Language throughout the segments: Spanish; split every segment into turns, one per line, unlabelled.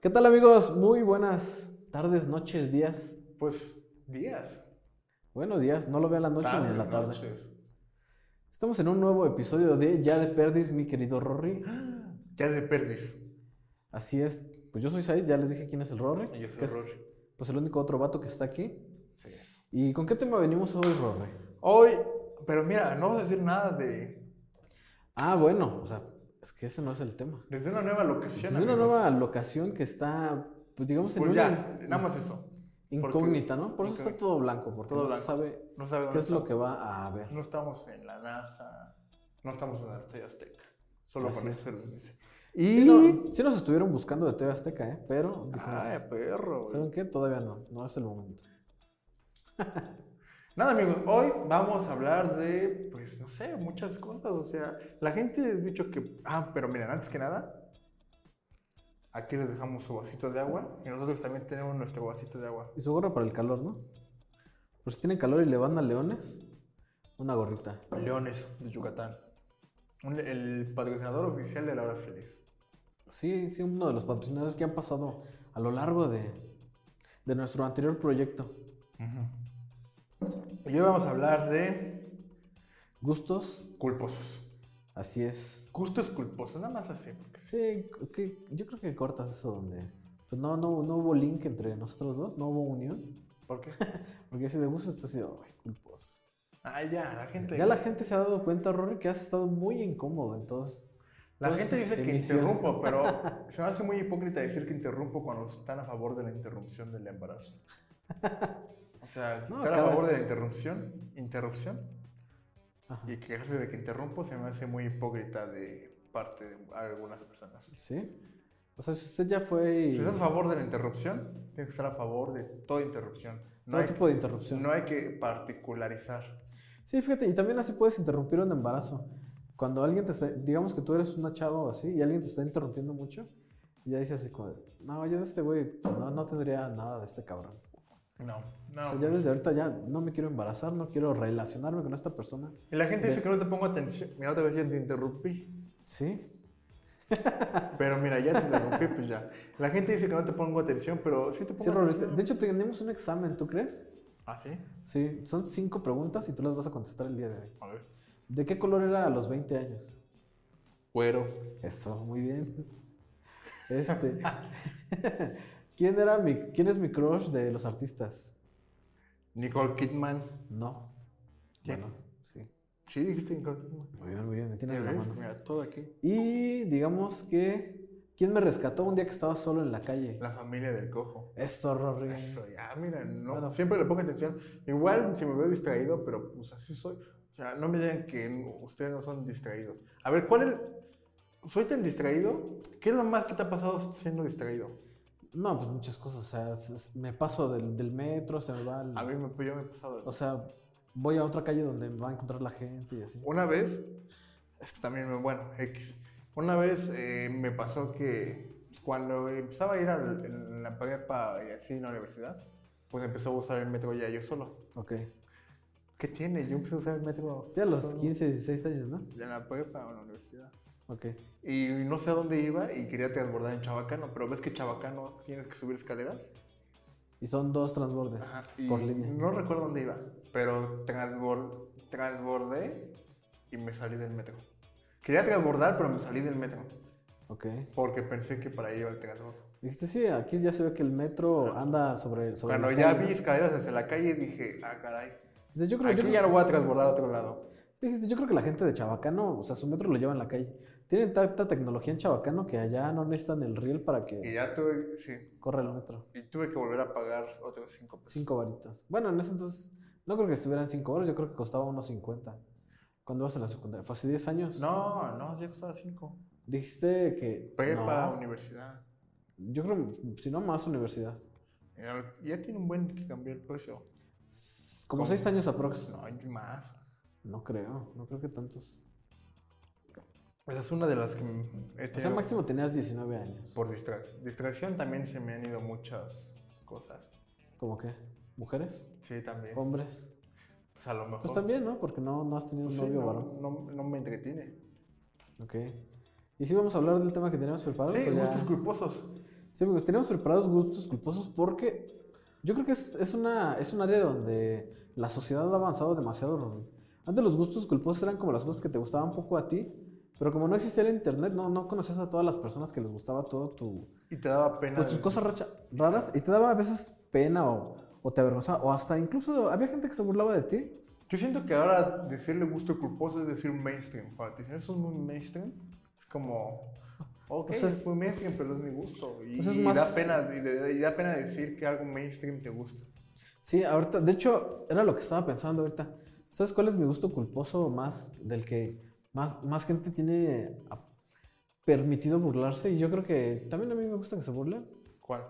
¿Qué tal amigos? Muy buenas tardes, noches, días.
Pues días.
Buenos días, no lo veo en la noche ni en la
tardes,
tarde.
noches.
Estamos en un nuevo episodio de Ya de Perdis, mi querido Rory.
Ya de perdiz.
Así es, pues yo soy Said, ya les dije quién es el Rory.
Yo soy
que es,
Rory.
Pues el único otro vato que está aquí.
Así es.
¿Y con qué tema venimos hoy, Rory?
Hoy, pero mira, no vas a decir nada de.
Ah, bueno, o sea, es que ese no es el tema.
Desde una nueva locación.
Es una
amigos.
nueva locación que está, pues digamos, en
Pues
una
ya, nada más eso.
incógnita, ¿no? Por eso
porque-
está todo blanco, porque
todo
no se
blanco.
sabe
No sabe
qué
dónde
es lo
estamos.
que va a haber.
No estamos en la NASA. No estamos en la Arte Azteca. Solo
Así
con
es.
eso se los dice.
Sí,
Y.
no- sí nos estuvieron buscando de TV Azteca, ¿eh? pero dijimos,
Ay, perro. güey.
¿saben qué? Todavía no, no es el momento.
Nada, amigos, hoy vamos a hablar de, pues, no sé, muchas cosas. O sea, la gente ha dicho que. Ah, pero miren, antes que nada, aquí les dejamos su vasito de agua y nosotros también tenemos nuestro vasito de agua.
Y su gorra para el calor, ¿no? Por si tienen calor y le van a leones, una gorrita.
Leones de Yucatán. Un- el patrocinador oficial de la hora feliz.
Sí, sí, uno de los patrocinadores que han pasado a lo largo de, de nuestro anterior proyecto.
Y hoy vamos a hablar de
Gustos,
culposos.
así es.
Gustos culposos, nada más así. porque-
Sí, que- yo creo que cortas eso donde... Pues no, no, no hubo link entre nosotros dos, no hubo unión.
¿Por qué?
Porque así de gustos esto ha sido ay, culposo.
Ah, ya, la gente.
Ya la gente se ha dado cuenta, Rory, que has estado muy incómodo en todos-
La
todas
gente
estas
dice que
emisiones.
interrumpo, pero se me hace muy hipócrita decir que interrumpo cuando están a favor de la interrupción del embarazo. O sea,
No,
estar a
cada-
favor de la interrupción, interrupción,
Ajá.
y quejarse de que interrumpo se me hace muy hipócrita de parte de algunas personas.
¿Sí? O sea, si usted ya fue y-
Si estás a favor de la interrupción, tienes que estar a favor de toda interrupción. No,
todo
hay,
tipo de interrupción.
no hay que particularizar.
Sí, fíjate, y también así puedes interrumpir un embarazo. Cuando alguien te está, digamos que tú eres una chava o así, y alguien te está interrumpiendo mucho, y ya dices así como, de, no, ya de este güey, no, no tendría nada de este cabrón.
No, no.
o sea, ya desde ahorita ya no me quiero embarazar, no quiero relacionarme con esta persona.
Y la gente dice que no te pongo atención. Mira, otra vez ya te interrumpí.
Sí,
Pero mira, ya te interrumpí, pues ya. La gente dice que no te pongo atención, pero sí te pongo
sí, Rory,
atención.
De hecho, tenemos un examen, ¿tú crees?
¿Ah, sí?
Sí, son cinco preguntas y tú las vas a contestar el día de hoy.
A ver.
¿De qué color era a los 20 años?
Cuero.
Eso, muy bien. Este. ¿Quién era mi. ¿Quién es mi crush de los artistas?
Nicole Kidman.
No.
¿Quién?
Bueno, sí.
Sí, dijiste Nicole Kidman.
Muy bien, muy bien, me tienes
Ya
la
ves,
mano.
Mira, todo aquí.
Y digamos que. ¿Quién me rescató un día que estaba solo en la calle?
La familia del cojo.
Esto, Rory.
Eso, ya, mira, no.
Bueno.
Siempre le pongo atención. Igual si me veo distraído, pero pues así soy. O sea, no me digan que no- ustedes no son distraídos. A ver, ¿cuál es. ¿Soy tan distraído? ¿Qué es lo más que te ha pasado siendo distraído?
No, pues muchas cosas. O sea, es- es- me paso del, del metro, se me va. el-
A mí me, yo me he pasado.
O sea, voy a otra calle donde me va a encontrar la gente y así.
Una vez, es que también, me- bueno, X. Una vez eh, me pasó que cuando empezaba a ir a la prepa y así en la universidad, pues empezó a usar el metro ya yo solo.
Ok.
¿Qué tiene? Yo empecé a usar el metro.
Sí, a los
solo
15, 16 años, ¿no?
En la prepa o en la universidad.
Ok.
Y no sé a dónde iba y quería transbordar en Chabacano, pero ves que Chabacano tienes que subir escaleras.
Y son dos transbordes
Ajá, y
por línea.
No recuerdo dónde iba, pero transbor- transbordé y me salí del metro. Quería transbordar, pero me salí del metro.
Ok.
Porque pensé que para ahí iba el transbordo.
Dijiste, sí, aquí ya se ve que el metro anda sobre... sobre
Cuando
el
ya
calle".
vi escaleras desde la calle dije, ah, caray.
Dices, Yo creo, yo,
Aquí
creo-
ya no voy a transbordar a otro lado.
dijiste, yo creo que la gente de Chabacano, o sea, su metro lo lleva en la calle. Tienen tanta tecnología en Chabacano que allá no necesitan el riel para
Y
que
ya tuve, sí,
corra el metro.
y tuve que volver a pagar otros cinco pesos.
Cinco varitas. Bueno, en ese entonces no creo que estuvieran cinco horas, yo creo que costaba unos 50. Cuando ibas a la secundaria? ¿Fue hace 10 años?
No, no, ya costaba cinco.
Dijiste que...
Prepa,
no.
universidad.
Yo creo, si no más, universidad.
Ya- Ya tiene un buen que cambió el precio.
Como
¿Cómo?
seis años aprox.
No, hay más.
No creo, no creo que tantos.
Esa es una de las que he
O sea,
tenido
máximo tenías 19 años.
por distrac- distracción. También se me han ido muchas cosas.
¿Cómo qué? ¿Mujeres?
Sí, también.
¿Hombres?
Pues a lo mejor.
Oh. Pues también, ¿no? Porque no, no has tenido
pues
un
sí,
novio
no-
varón.
no- no me entretiene.
Ok. ¿Y si vamos a hablar del tema que teníamos preparado?
Sí,
¿O Ah, pues ya?
gustos culposos.
Sí, amigos, tenemos preparados gustos culposos porque yo creo que es, es una, es un área donde la sociedad ha avanzado demasiado. Rubén. Antes los gustos culposos eran como las cosas que te gustaban poco a ti, pero como no existía el internet, no, no conocías a todas las personas que les gustaba todo tu,
Y te daba pena.
pues, tus
de-
cosas racha- raras y te daba a veces pena o, o te avergonzaba o hasta incluso había gente que se burlaba de ti.
Yo siento que ahora decirle gusto culposo es decir mainstream. Para ti, eso es muy mainstream. Es como. Ok,
O sea,
Pues es muy mainstream, pero es mi gusto. Y,
O sea, es
y
más-
da pena, y, de- y da pena decir que algo mainstream te gusta.
Sí, ahorita, de hecho, era lo que estaba pensando ahorita. ¿Sabes cuál es mi gusto culposo más del que más, más gente tiene a- permitido burlarse? Y yo creo que también a mí me gusta que se burlen.
¿Cuál?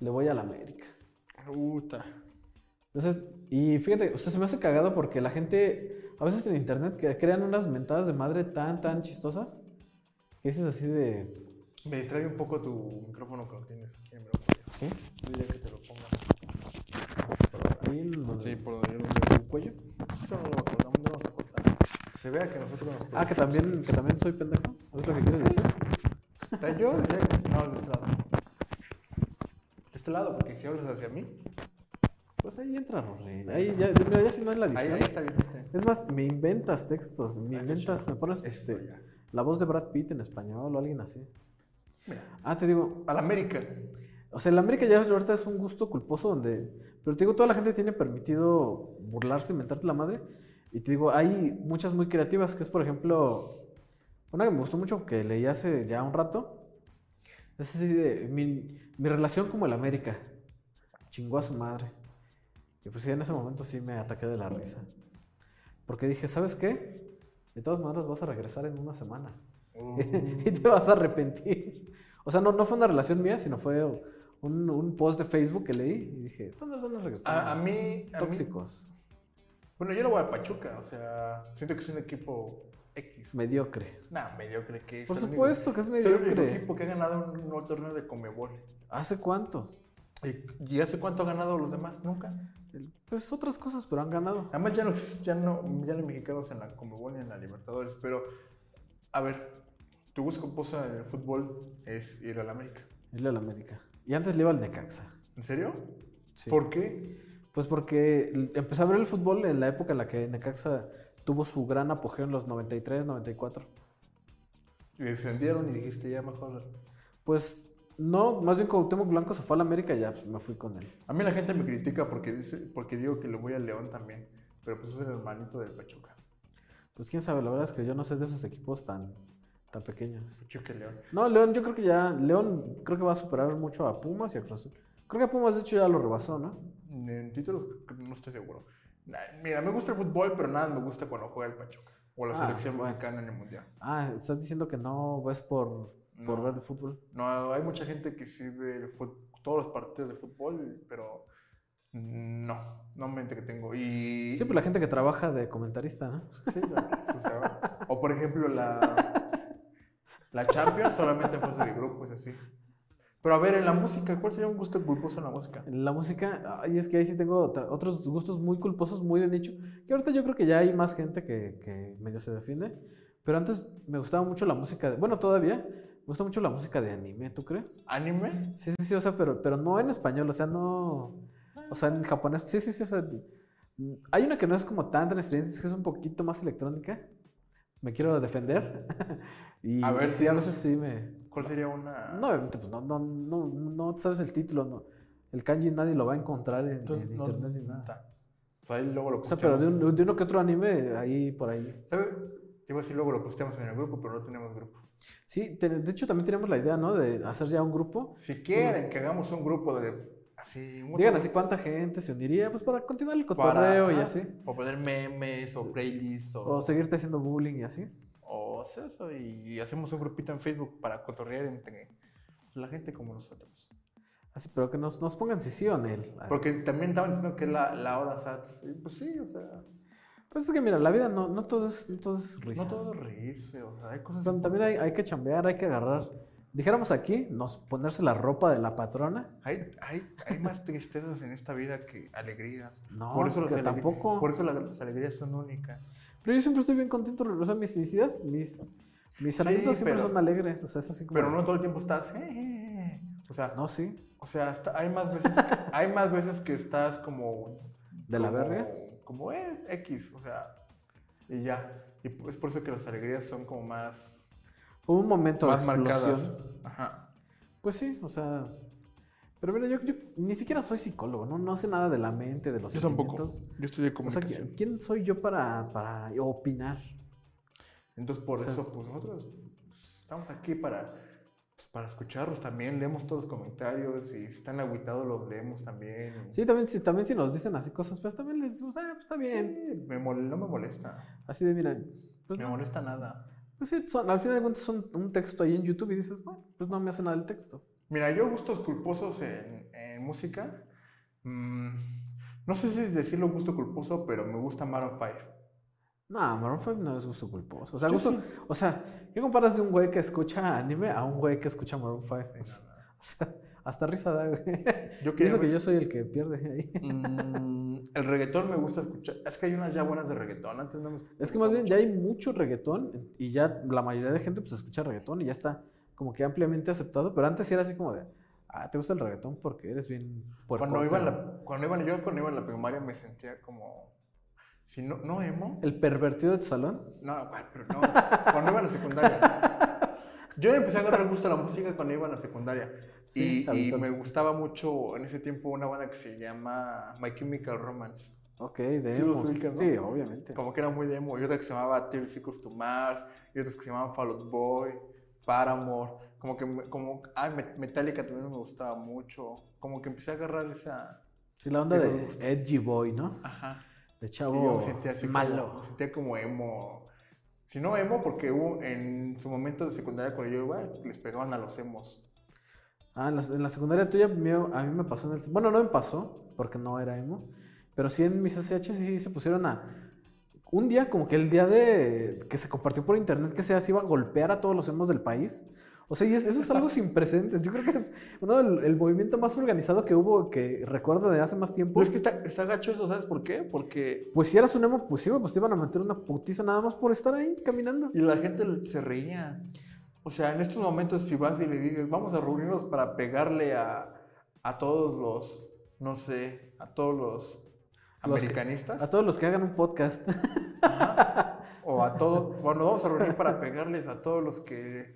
Le voy a la América.
Puta.
Entonces, y fíjate, usted se me hace cagado porque la gente, a veces en internet, que crean unas mentadas de madre tan, tan chistosas, que dices así de...
Me distrae un poco tu micrófono que lo tienes aquí en el brazo.
¿Sí?
Dile que te lo ponga.
Ahí en lo
Sí,
del
por donde yo lo veo.
cuello.
Eso no lo acordamos, no lo vamos a cortar. Se vea que nosotros nos
Ah, que también, que también soy pendejo. ¿Es lo que quieres decir?
O sea, yo decía que no, de este lado. De este lado, porque si hablas hacia mí,
Pues ahí entra, Rory. Ahí ya, mira, ya si no es la
ahí,
edición.
ahí está bien. está bien.
Es más, me inventas textos, me
Ahí está
inventas,
chido.
me pones
Esto
Ah, este,
ya.
la voz de Brad Pitt en español o alguien así.
Mira,
Ah, te digo,
al América.
o sea, el América ya ahorita es un gusto culposo donde, pero te digo, toda la gente tiene permitido burlarse, inventarte la madre. Y te digo, hay muchas muy creativas, que es por ejemplo, una que me gustó mucho, que leí hace ya un rato, es así de mi, mi relación como el América. Chingó a su madre. Y pues sí, en ese momento sí me ataqué de la risa. Porque dije, ¿sabes qué? De todas maneras vas a regresar en una semana. y te vas a arrepentir. O sea, no, no fue una relación mía, sino fue un, un post de Facebook que leí y dije, ¿dónde van a regresar?
A, a mí. a mí-
Tóxicos,
bueno, yo lo voy a Pachuca, o sea, siento que es un equipo X.
mediocre.
Nah, mediocre que es.
Por
el único-
supuesto que es
Es el único
mediocre.
equipo que ha ganado un, nuevo torneo de Comebol.
¿Hace cuánto?
¿Y, y hace cuánto han ganado los demás? Nunca.
Pues otras cosas, pero han ganado.
Además, ya no, existe- ya no, ya no hay mexicanos en la Comebol ni en la Libertadores, pero a ver, tu gusto culposo en el fútbol es ir al América.
Irle al América. Y antes le iba al Necaxa.
¿En serio?
Sí.
¿Por qué?
Pues porque l- empecé a ver el fútbol en la época en la que Necaxa tuvo su gran apogeo en los 93, 94.
Y descendieron y dijiste ya mejor.
Pues no, más bien Cuauhtémoc Blanco se fue al América y ya pues, me fui con él.
A mí la gente me critica porque dice, porque digo que le voy al León también, pero pues es el hermanito del Pachuca.
Pues quién sabe, la verdad es que yo no sé de esos equipos tan, tan pequeños.
Pachuca y León.
No, León, yo creo que ya, León creo que va a superar mucho a Pumas y a Cruz Azul. Creo que a Pumas de hecho ya lo rebasó, ¿no?
En títulos no estoy seguro. Na- Mira, me gusta el fútbol, pero nada me gusta cuando juega el Pachuca o la
Ah,
selección
bueno.
mexicana en el mundial.
Ah, estás diciendo que no ves por, por
No.
ver el fútbol.
No, hay mucha gente que sí ve el fut- todos los partidos de fútbol, pero no, no mente que tengo. Y
Siempre pues, la gente que trabaja de comentarista, ¿no?
Sí, la- su trabajo. O por ejemplo, la, la Champions solamente en fase de grupos, así. Pero a ver, en la música, ¿cuál sería un gusto culposo en la música?
La música, ay, es que ahí sí tengo ta- otros gustos muy culposos, muy de nicho. Que ahorita yo creo que ya hay más gente que, que medio se defiende. Pero antes me gustaba mucho la música, de- bueno, todavía, me gusta mucho la música de anime, ¿tú crees?
¿Anime?
Sí, sí, sí, o sea, pero, pero no en español, o sea, no. O sea, en japonés, sí, sí, sí, o sea. mm, Hay una que no es como tan tan estridente, es que es un poquito más electrónica. Me quiero defender. y
A ver, Ah.
sí, a
sí.
veces sí me.
¿Cuál sería una...?
No, obviamente, pues no, no, no, no sabes el título, no. El kanji nadie lo va a encontrar en,
Entonces,
en
no-
internet ni nada.
ta. Pues ahí luego lo
O sea, pero de,
posteamos.
un- de uno que otro anime, ahí por ahí.
¿Sabe? Te iba a decir luego lo posteamos en el grupo, pero no tenemos grupo.
Sí, te- de hecho también tenemos la idea, ¿no? De hacer ya un grupo.
Si quieren que hagamos un grupo de... Así... mucho-
Digan así cuánta gente se uniría, pues para continuar el
Para-
cotorreo y
ajá,
así.
O poner memes, o playlists,
O seguirte haciendo bullying y así.
o hacer eso y hacemos un grupito en Facebook para cotorrear entre la gente como nosotros.
Así, pero que nos, nos pongan si sí o él.
Porque también estaban diciendo que es la, la hora SATS. Y Pues sí, o sea,
Pues es que mira, la vida no, no todo es, no todo es risas.
no todo es reírse, o sea, hay
O
cosas...
sea, También hay, hay que chambear, hay que agarrar. Dijéramos aquí, nos, ponerse la ropa de la patrona.
Hay, hay, hay más tristezas en esta vida que alegrías.
No,
por eso las
que
alegr-
tampoco.
Por eso las, las alegrías son únicas.
Pero yo siempre estoy bien contento. O sea, mis ideas, mis, mis
Sí,
anécdotas siempre
pero-
son alegres. O sea, es así como.
Pero no todo el tiempo estás... "Eh, eh, eh".
O
O sea,
No, sí.
o sea hasta- hay, más veces que, hay más veces que estás como...
¿De la
como-
verga?
Como eh, X, o sea, y ya. Y es por eso que las alegrías son como más,
Hubo un momento
más
de explosión.
marcadas. Ajá.
Pues sí, o sea. Pero mira, yo, yo ni siquiera soy psicólogo, ¿no? No sé nada de la mente, de los
Yo tampoco.
sentimientos.
Yo estudié
O sea,
comunicación.
¿qui- ¿quién soy yo para, para opinar?
Entonces, por
O sea-
eso, pues nosotros estamos aquí para, pues, para escucharlos también. Leemos todos los comentarios. Si están aguitados, los leemos también.
Sí, también si, también si nos dicen así cosas, pues también les decimos, ah, pues está bien.
Sí, me mol- no me molesta.
Así de, mira, pues,
Me
no.
molesta nada.
Pues sí, son- al final de cuentas son un texto ahí en YouTube y dices, bueno, pues no me hace nada el texto.
Mira, yo gustos culposos en, en música. mm, no sé si decirlo gusto culposo, pero me gusta Maroon 5.
No, Maroon 5 no es gusto culposo. O sea,
Yo
gusto,
sí.
o sea, ¿qué comparas de un güey que escucha anime a un güey que escucha Maroon 5? O sea, o sea, hasta risa da, güey.
Yo
Y
quería
eso que
ver-
yo soy el que pierde ahí.
Mm, el reggaetón me gusta escuchar. Es que hay unas ya buenas de reggaetón. Antes no me
Es que más bien
gustaba
ya hay mucho reggaetón y ya la mayoría de gente pues escucha reggaetón y ya está como que ampliamente aceptado, pero antes sí era así como de, ah, ¿te gusta el reggaetón porque eres bien
cuando
puercote,
iba, a
¿no?
la, cuando iba- yo cuando iba a la primaria me sentía como si no no emo
El pervertido de tu salón.
no cuál, pero no cuando iba a la secundaria yo empecé a agarrar gusto a la música cuando iba a la secundaria
Sí,
y,
a mí
y me
también.
gustaba mucho en ese tiempo una banda que se llama My Chemical Romance
Ok, de
Sí los
emos.
ubicas, ¿no?
Sí, obviamente.
como que era muy de emo y otra que se llamaba Three Circles to Mars y otras que se llamaban Fall Out Boy Paramore como que me- como ay, Met- Metallica también me gustaba mucho como que empecé a agarrar esa
Sí, la onda
Esos
de
gustos.
edgy boy, ¿no?
ajá
De
Y yo
chavo
me sentía así
Oh, malo.
Como, me sentía como emo. Si no emo, porque hubo en su momento de secundaria cuando yo iba, les pegaban a los emos.
Ah, en la, en la secundaria tuya mío, a mí me pasó en el... Bueno, no me pasó, porque no era emo, pero sí en mis SH sí se pusieron a... Un día, como que el día de que se compartió por internet que se se iba a golpear a todos los emos del país. O sea, y es- eso es algo sin precedentes. Yo creo que es uno del el movimiento más organizado que hubo, que recuerdo de hace más tiempo.
Pero es que está, está gacho eso, ¿sabes por qué? Porque.
Pues si eras un emo, pues sí, pues te iban a meter una putiza nada más por estar ahí caminando.
Y la gente se reía. O sea, en estos momentos, si vas y le dices, vamos a reunirnos para pegarle a, a todos los. No sé, a todos los.
Los que-
Americanistas.
A todos los que hagan un podcast.
Ajá. O a todos. Bueno, vamos a reunir para pegarles a todos los que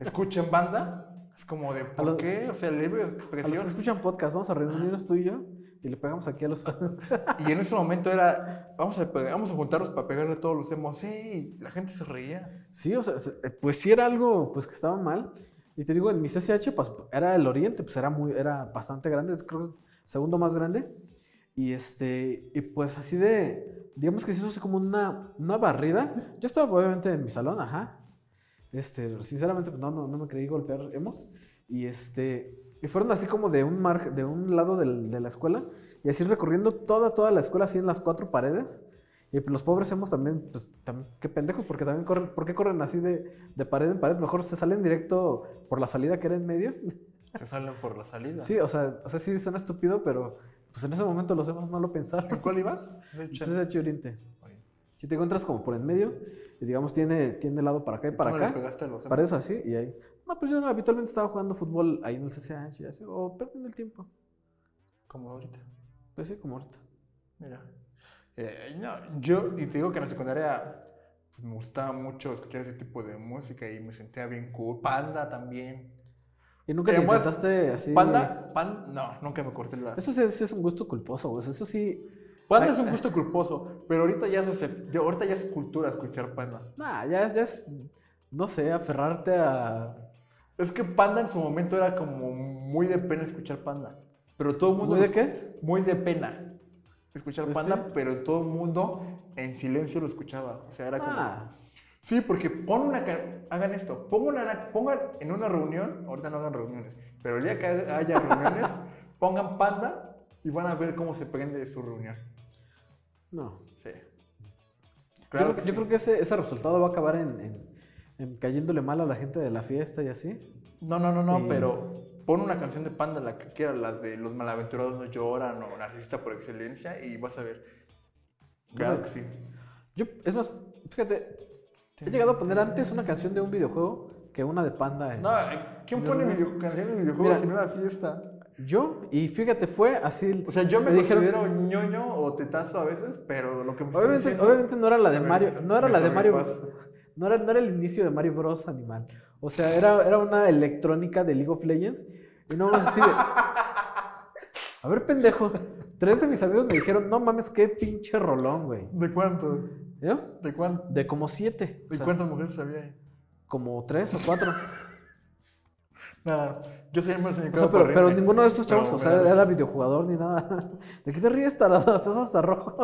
escuchen banda. Es como de ¿por
A los-
qué? O sea, el libre de
A los
expresión.
que escuchan podcast, vamos a reunirnos tú y yo y le pegamos aquí a los fans.
Y en ese momento era, vamos a, pe- vamos a juntarnos para pegarle a todos los emos. Sí, y la gente se reía.
Sí, o sea, se- eh, pues sí era algo pues que estaba mal. Y te digo, en mi CCH pues, era el oriente, pues era muy, era bastante grande, es creo que segundo más grande. Y este, y pues así de, digamos que se hizo así como una, una barrida. Yo estaba obviamente en mi salón, ajá. Este, sinceramente, pues no, no, no me creí golpear hemos. Y este, y fueron así como de un mar, de un lado del- de la escuela, y así recorriendo toda, toda la escuela, así en las cuatro paredes. Y pues los pobres hemos también, pues, tam- qué pendejos, porque también corren, ¿por qué corren así de, de pared en pared? Mejor se salen directo por la salida que era en medio.
Se salen por la salida.
Sí, o sea, o sea, sí suena estúpido, pero pues en ese momento los hemos no lo
¿En
pensaron.
cuál ibas?
Entonces es Oriente. Si te encuentras como por en medio, y digamos tiene, tiene lado para acá y para
¿Cómo le
acá,
pegaste a los emos?
paredes así y ahí. No, pues yo habitualmente estaba jugando fútbol ahí en el CCH y así, o perdiendo el tiempo.
Como ahorita.
Pues sí, como ahorita.
Mira. Eh, no, yo, y te digo que en la secundaria pues, me gustaba mucho escuchar ese tipo de música y me sentía bien cool. Panda también.
¿Y nunca te
Además,
intentaste así?
Panda, pan, no, nunca me corté la.
Eso sí, sí es un gusto culposo, güey. Eso sí,
Panda es un gusto culposo, pero ahorita ya, se, acep- ya- ahorita ya es cultura escuchar Panda.
Nah, ya es, ya es, no sé, aferrarte a...
Es que Panda en su momento era como muy de pena escuchar Panda, pero todo el mundo
¿Muy de
lo-
qué?
muy de pena escuchar
Pues
Panda,
sí.
pero todo el mundo en silencio lo escuchaba, o sea, era como
Ah,
Sí, porque pon una ca- hagan esto, pongan, una- pongan en una reunión, ahorita no hagan reuniones, pero el día que haya reuniones, pongan Panda y van a ver cómo se prende de su reunión.
no.
Sí.
Yo creo
Claro
que-
que
yo
sí.
creo que ese, ese resultado va a acabar en, en- en cayéndole mal a la gente de la fiesta y así.
No, no, no, no,
Sí.
pero pon una canción de Panda, la que quiera, la de Los Malaventurados No Lloran o Narcisista por Excelencia y vas a ver. Claro que sí.
Yo, es más, fíjate, he llegado a poner antes una canción de un videojuego que una de panda. en-
No, ¿quién
No,
pone
no.
video, canción de videojuegos
Mira.
en una fiesta?
Yo, y fíjate, fue así.
O sea, yo me,
me dijeron-
considero ñoño o tetazo a veces, pero lo que me estás
Obviamente,
diciendo-
obviamente no era la de
me-
Mario, no era
me
la de Mario,
sobrepasa.
no era, no era el inicio de Mario Bros. Animal. O sea, era, era una electrónica de League of Legends y no más así de, a ver, pendejo, tres de mis amigos me dijeron, no mames, qué pinche rolón, güey.
¿De cuánto?
¿Yo?
¿De cuánto?
De como siete, o
¿De
sea,
cuántas mujeres había ahí?
como tres o cuatro.
Nada, yo soy
O
más
sea,
indicado
pero,
para
pero
reírme.
ninguno de estos chavos,
Pero
o sea,
bueno,
era videojugador ni nada. ¿De qué te ríes, tarado? Estás hasta rojo.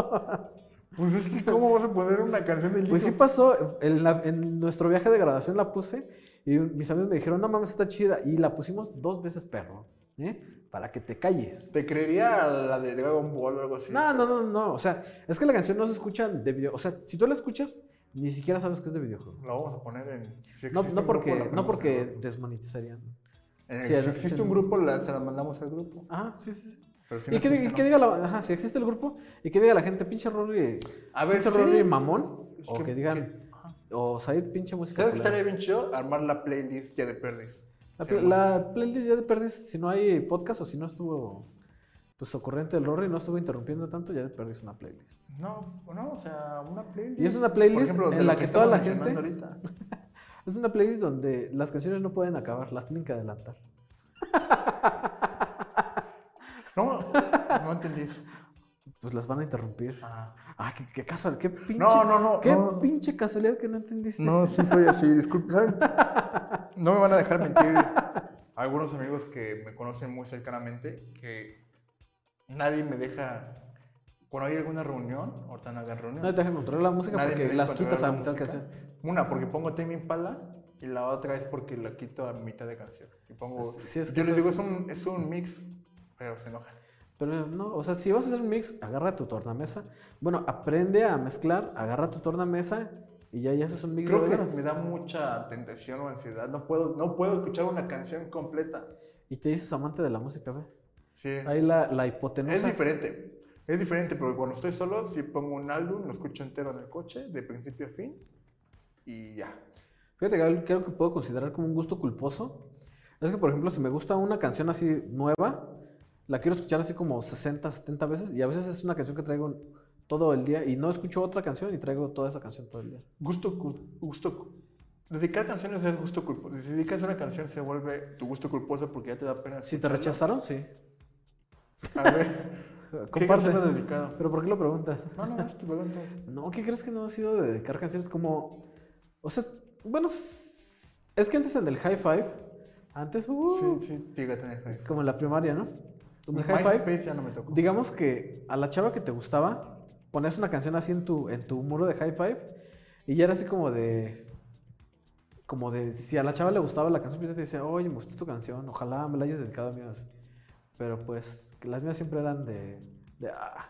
Pues es que, ¿cómo vas a poner una canción de Lilo?
Pues sí pasó, en, la- en nuestro viaje de graduación la puse y mis amigos me dijeron, no mames, está chida. Y la pusimos dos veces, perro, ¿eh? Para que te calles.
Te creería la de Dragon Ball o algo así.
No, no, no, no, o sea, es que la canción no se escucha de video, o sea, si tú la escuchas, ni siquiera sabes que es de videojuego.
Lo vamos a poner en. si
No,
existe
no
un
porque,
grupo, la
no porque
ponemos
desmonetizarían.
en el grupo. Eh,
sí,
si
en-
existe
sí.
un grupo, la- se la mandamos al grupo.
Ah, sí, sí, sí.
Pero si no
Y que,
existe,
y
no.
que diga la, ajá, si existe el grupo, y que diga la gente, pinche Rory,
A ver,
pinche
sí.
Rory mamón,
Es
o que digan,
que- ajá.
o Said, pinche música.
¿Sabes que
culera".
estaría bien chido? Armar la playlist ya de perdes.
La,
Sí,
pla-
vamos a-
la playlist ya de perdiste, si no hay podcast o si no estuvo pues ocurrente el Rory, no estuvo interrumpiendo tanto, ya de perdiste una playlist.
No, no, o sea, una playlist.
Y es una playlist
Por ejemplo, de
en
lo
la que toda
estamos
la gente-
mencionando ahorita.
Es una playlist donde las canciones no pueden acabar, las tienen que adelantar.
No, no entendí eso.
Pues las van a interrumpir.
Ah.
Ah, qué, qué casual, qué pinche.
No, no, no.
Qué
no,
pinche casualidad que no entendiste.
No, sí soy así, disculpe. ¿saben? No me van a dejar mentir algunos amigos que me conocen muy cercanamente, que nadie me deja, cuando hay alguna reunión, ahorita no hagan reunión,
No te dejan controlar la música
nadie me
porque
deja
las
controlar
quitas a
la
mitad de
música.
canción.
Una, porque pongo Tame Impala y la otra es porque la quito a mitad de canción. Y pongo,
Sí, sí, es que
yo les
eso
digo,
es-
es un, es un mix, pero se enojan.
Pero no, o sea, si vas a hacer un mix, agarra tu tornamesa. Bueno, aprende a mezclar, agarra tu tornamesa y ya, ya haces un mix
Creo
de
que
veras.
me da mucha tentación o ansiedad, no puedo, no puedo escuchar una canción completa.
Y te dices amante de la música, ve.
Sí.
Ahí la, la
Es
hipotenusa.
diferente. Es diferente porque cuando estoy solo, si pongo un álbum, lo escucho entero en el coche, de principio a fin, y ya.
Fíjate, Gabriel, creo que puedo considerar como un gusto culposo. Es que, por ejemplo, si me gusta una canción así nueva, la quiero escuchar así como 60, 70 veces. Y a veces es una canción que traigo todo el día y no escucho otra canción y traigo toda esa canción todo el día.
Gusto, cul- gusto. cul- Dedicar canciones es gusto culposo. Si dedicas una canción, se vuelve tu gusto culposo porque ya te da pena.
Si te
escucharla.
rechazaron, sí.
A ver, ¿qué
Comparte.
canción has dedicado?
Pero ¿por qué lo preguntas?
No, no, es tu pregunta.
No, ¿qué crees que no ha sido de dedicar canciones como... O sea, bueno, s- es que antes en el high five, antes, uh,
Sí, sí, llega a tener fe.
como en la primaria, ¿no? En el high five,
MySpace ya no me tocó.
Digamos que a la chava que te gustaba, ponías una canción así en tu, en tu muro de high five y ya era así como de. Como de si a la chava le gustaba la canción, pues te decía, oye, me gustó tu canción, ojalá me la hayas dedicado a mí. Pero pues que las mías siempre eran de. de ah,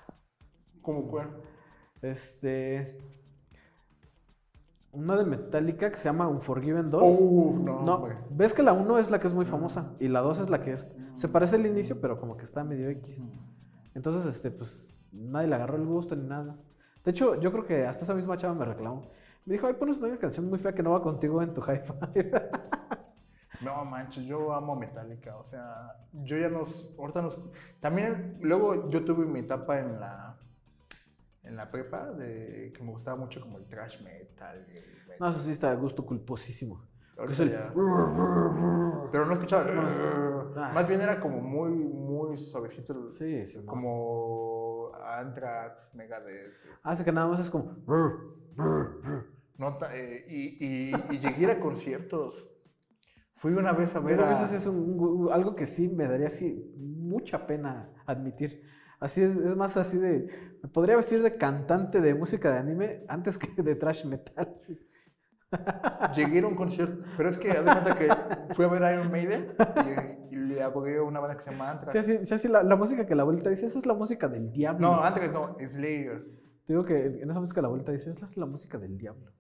Como cuál.
este. Una de Metallica que se llama Unforgiven 2.
Oh, no.
No,
güey.
ves que la 1 es la que es muy famosa y la 2 es la que es. Se parece al inicio, pero como que está medio X. Entonces, este, pues nadie le agarró el gusto ni nada. De hecho, yo creo que hasta esa misma chava me reclamó. Me dijo, ay, pones una canción muy fea que no va contigo en tu hi-fi.
No manches, yo amo a Metallica, o sea, yo ya nos, ahorita nos, también luego yo tuve mi etapa en la, en la prepa de que me gustaba mucho como el thrash metal, el metal.
No, eso sí está de gusto culposísimo. Ah, Que es
Ahorita
el-
ya- pero no escuchaba, eh,
No, es- ah,
más bien era como muy, muy suavecito, el-
Sí, sí. Como...
como Anthrax, Megadeth,
Hace que nada más es como...
no ta- eh, y, y, y llegué a ir a conciertos, fui una vez a ver
Pero a
a-
veces es un- un- algo que sí me daría así mucha pena admitir. Así es, es más así de... Me podría vestir de cantante de música de anime antes que de trash metal.
Llegué a ir a un concierto, pero es que haz de cuenta que fui a ver Iron Maiden y, y le abogué a una banda que se llama Anthrax.
Sí, así, sí, así la, la música que la vuelta dice, esa es la música del diablo.
No, ah. Anthrax no, Slayer.
Te digo que en esa música la vuelta dice, esa es la música del diablo.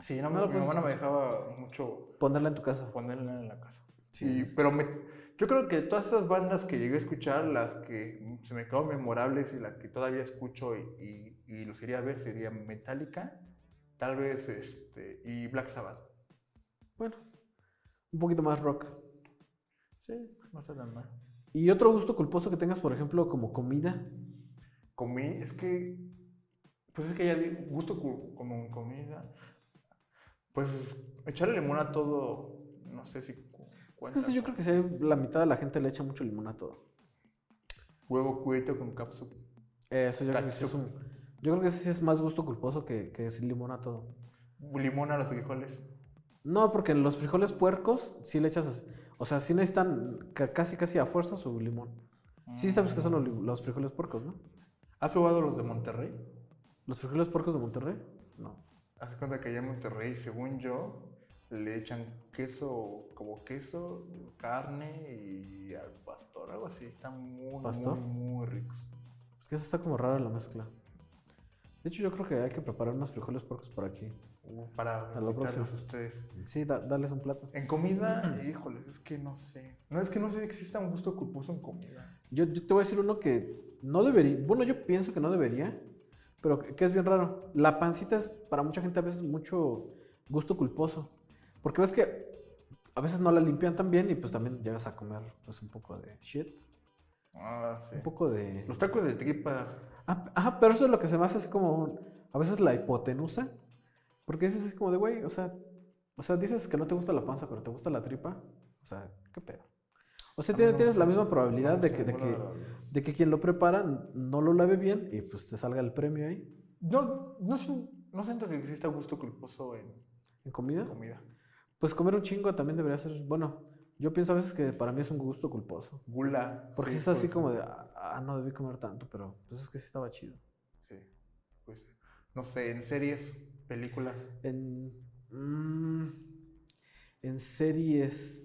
Sí, no,
No lo
mi
puedes
mamá no me dejaba mucho
Ponerla en tu casa.
ponerla en la casa.
Sí,
Y-
sí, sí.
Pero me, yo creo que todas esas bandas que llegué a escuchar, las que se me quedaron memorables y las que todavía escucho y, y, y los iría a ver serían Metallica, tal vez este, y Black Sabbath.
Bueno, Un poquito más rock.
Sí, no está tan mal.
¿Y otro gusto culposo que tengas, por ejemplo, como comida?
Comí, es que. Pues es que ya di gusto cu- como comida. Pues echarle limón a todo. No sé si. cu-
Es
cuenta.
que eso yo creo que sí, la mitad de la gente le echa mucho limón a todo.
Huevo cueto con capsup.
Eso yo creo que sí es
Catsup.
un... Yo creo que ese sí es más gusto culposo que, que decir limón a todo.
Limón a los frijoles.
No, porque en los frijoles puercos sí le echas... as- O sea, sí necesitan ca- casi casi a fuerza su limón. Sí sabes que son los, li- los frijoles puercos, ¿no?
Mm. ¿Has probado los de Monterrey?
¿Los frijoles puercos de Monterrey? No.
Haz de cuenta que allá en Monterrey, según yo, le echan queso, como queso, carne y al pastor, algo así. Están muy,
¿Pastor?
muy, muy ricos.
Es que eso está como rara la mezcla. De hecho, yo creo que hay que preparar unos frijoles puercos por aquí.
Para
A lo
invitarlos a
próximo.
ustedes.
Sí, da- darles un plato.
En comida,
Mm.
híjoles, es que no sé. No es que no sé si exista un gusto culposo en comida.
Yo, yo te voy a decir uno que no debería, bueno, yo pienso que no debería, pero que, que es bien raro. La pancita es para mucha gente a veces mucho gusto culposo, porque ves que a veces no la limpian tan bien y pues también llegas a comer pues un poco de shit,
Ah, sí.
un poco de...
Los tacos de tripa.
Ah, ajá, pero eso es lo que se me hace así como un- a veces la hipotenusa, porque es así como de, güey, o sea, o sea, dices que no te gusta la panza, pero te gusta la tripa, o sea, qué pedo. O sea,
A mí
tienes,
Ah, no me
tienes la
gusta-
misma probabilidad
no
de
sé,
que... De
ninguna
que
de las dos.
de que quien lo prepara no lo lave bien y pues te salga el premio ahí
No, no, sé- no siento que exista gusto culposo en
en comida.
comida.
Pues comer un chingo también debería ser, bueno, yo pienso a veces que para mí es un gusto culposo.
Gula.
Porque
sí,
es así
por
como
eso.
de, ah, ah, no debí comer tanto, pero pues es que sí estaba chido.
Sí. Pues, no sé, en series, películas.
En, mm, en series,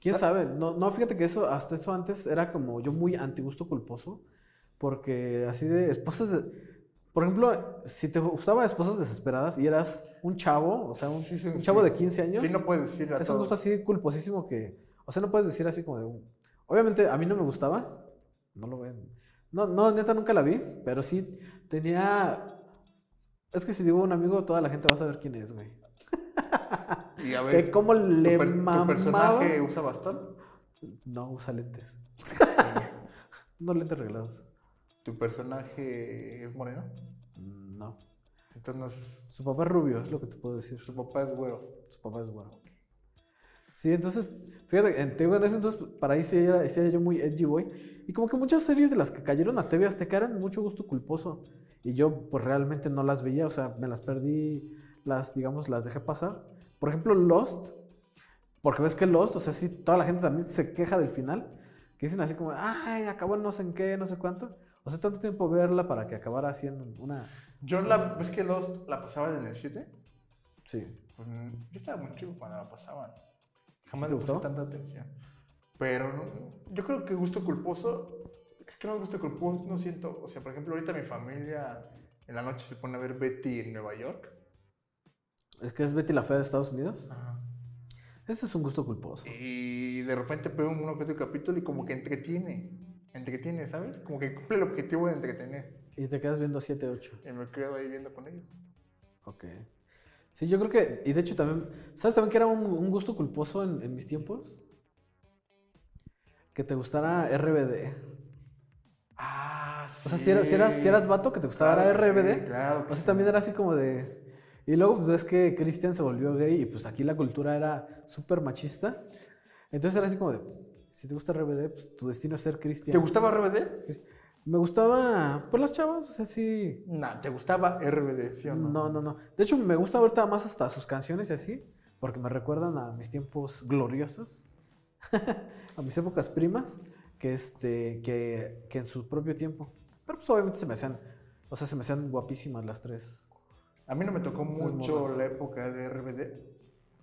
quién sabe, no, no, fíjate que eso, hasta eso antes era como yo muy antigusto culposo, porque así de esposas, de- por ejemplo, si te gustaba Esposas Desesperadas y eras un chavo, o sea, un,
Sí, sí,
un chavo
sí.
de 15 años.
Sí, no puedes decir a
Es un gusto
todos.
así culposísimo que. O sea, no puedes decir así como de. un- Obviamente, a mí no me gustaba. No lo voy a- No, no, neta, nunca la vi. Pero sí tenía. Es que si digo un amigo, toda la gente va a saber quién es, güey.
Y a
Que
ver,
cómo
¿tu,
le
per- tu
mamaba.
personaje usa bastón?
No, usa lentes.
Sí.
No lentes reglados.
¿Tu personaje es moreno?
No.
Entonces,
Su papá es rubio, es lo que te puedo decir.
su papá es güero.
Su papá es bueno. Sí, entonces, fíjate, en, te digo, en ese entonces, para ahí sí era, sí era yo muy edgy boy. Y como que muchas series de las que cayeron a TV Azteca eran mucho gusto culposo. Y yo, pues realmente no las veía, o sea, me las perdí, las, digamos, las dejé pasar. Por ejemplo, Lost, porque ves que Lost, o sea, sí, toda la gente también se queja del final, que dicen así como, ay, acabó en no sé en qué, no sé cuánto. O sea, tanto tiempo verla para que acabara haciendo una.
Yo la, ¿ves que los la pasaban en el 7?
Sí.
Pues, mm, yo estaba muy chico cuando la pasaban.
¿Sí
Jamás
te
le puse
gustó?
tanta atención. Pero no- yo creo que gusto culposo, es que no gusto culposo, no siento. O sea, por ejemplo, ahorita mi familia en la noche se pone a ver Betty en Nueva York.
Es que es Betty la Fea de Estados Unidos. Ese es un gusto culposo.
Y de repente veo uno que otro capítulo y como que entretiene. Entretiene, ¿sabes? Como que cumple el objetivo de entretener.
Y te quedas viendo 7, 8.
Y me quedo ahí viendo con ellos.
Ok. Sí, yo creo que. Y de hecho también. ¿Sabes también que era un, un gusto culposo en, en mis tiempos? Que te gustara RBD.
Ah, sí.
O sea, si, eras, si, eras, si eras vato que te gustaba
Claro que
RBD.
sí, claro que
o sea,
sí.
también era así como de. Y luego pues, es que Christian se volvió gay y pues aquí la cultura era súper machista. Entonces era así como de. Si te gusta RBD, pues tu destino es ser Christian.
¿Te gustaba RBD?
Chris- Me gustaba. Pues las chavas, o sea, sí.
No, ¿te gustaba RBD, sí o no?
No, no, no. De hecho, me gusta ahorita más hasta sus canciones y así, porque me recuerdan a mis tiempos gloriosos, a mis épocas primas, que, este, que, que en su propio tiempo. Pero pues obviamente se me hacían, o sea, se me hacían guapísimas las tres.
A mí no me tocó
Estas
mucho
morras.
la época de RBD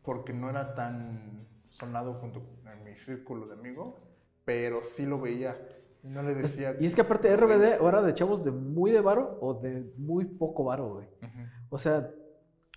porque no era tan sonado junto en mi círculo de amigos, pero sí lo veía. Y No le
Es-
decía.
y es que aparte RBD ahora de chavos de muy de varo o de muy poco varo, güey.
Ujú.
O sea,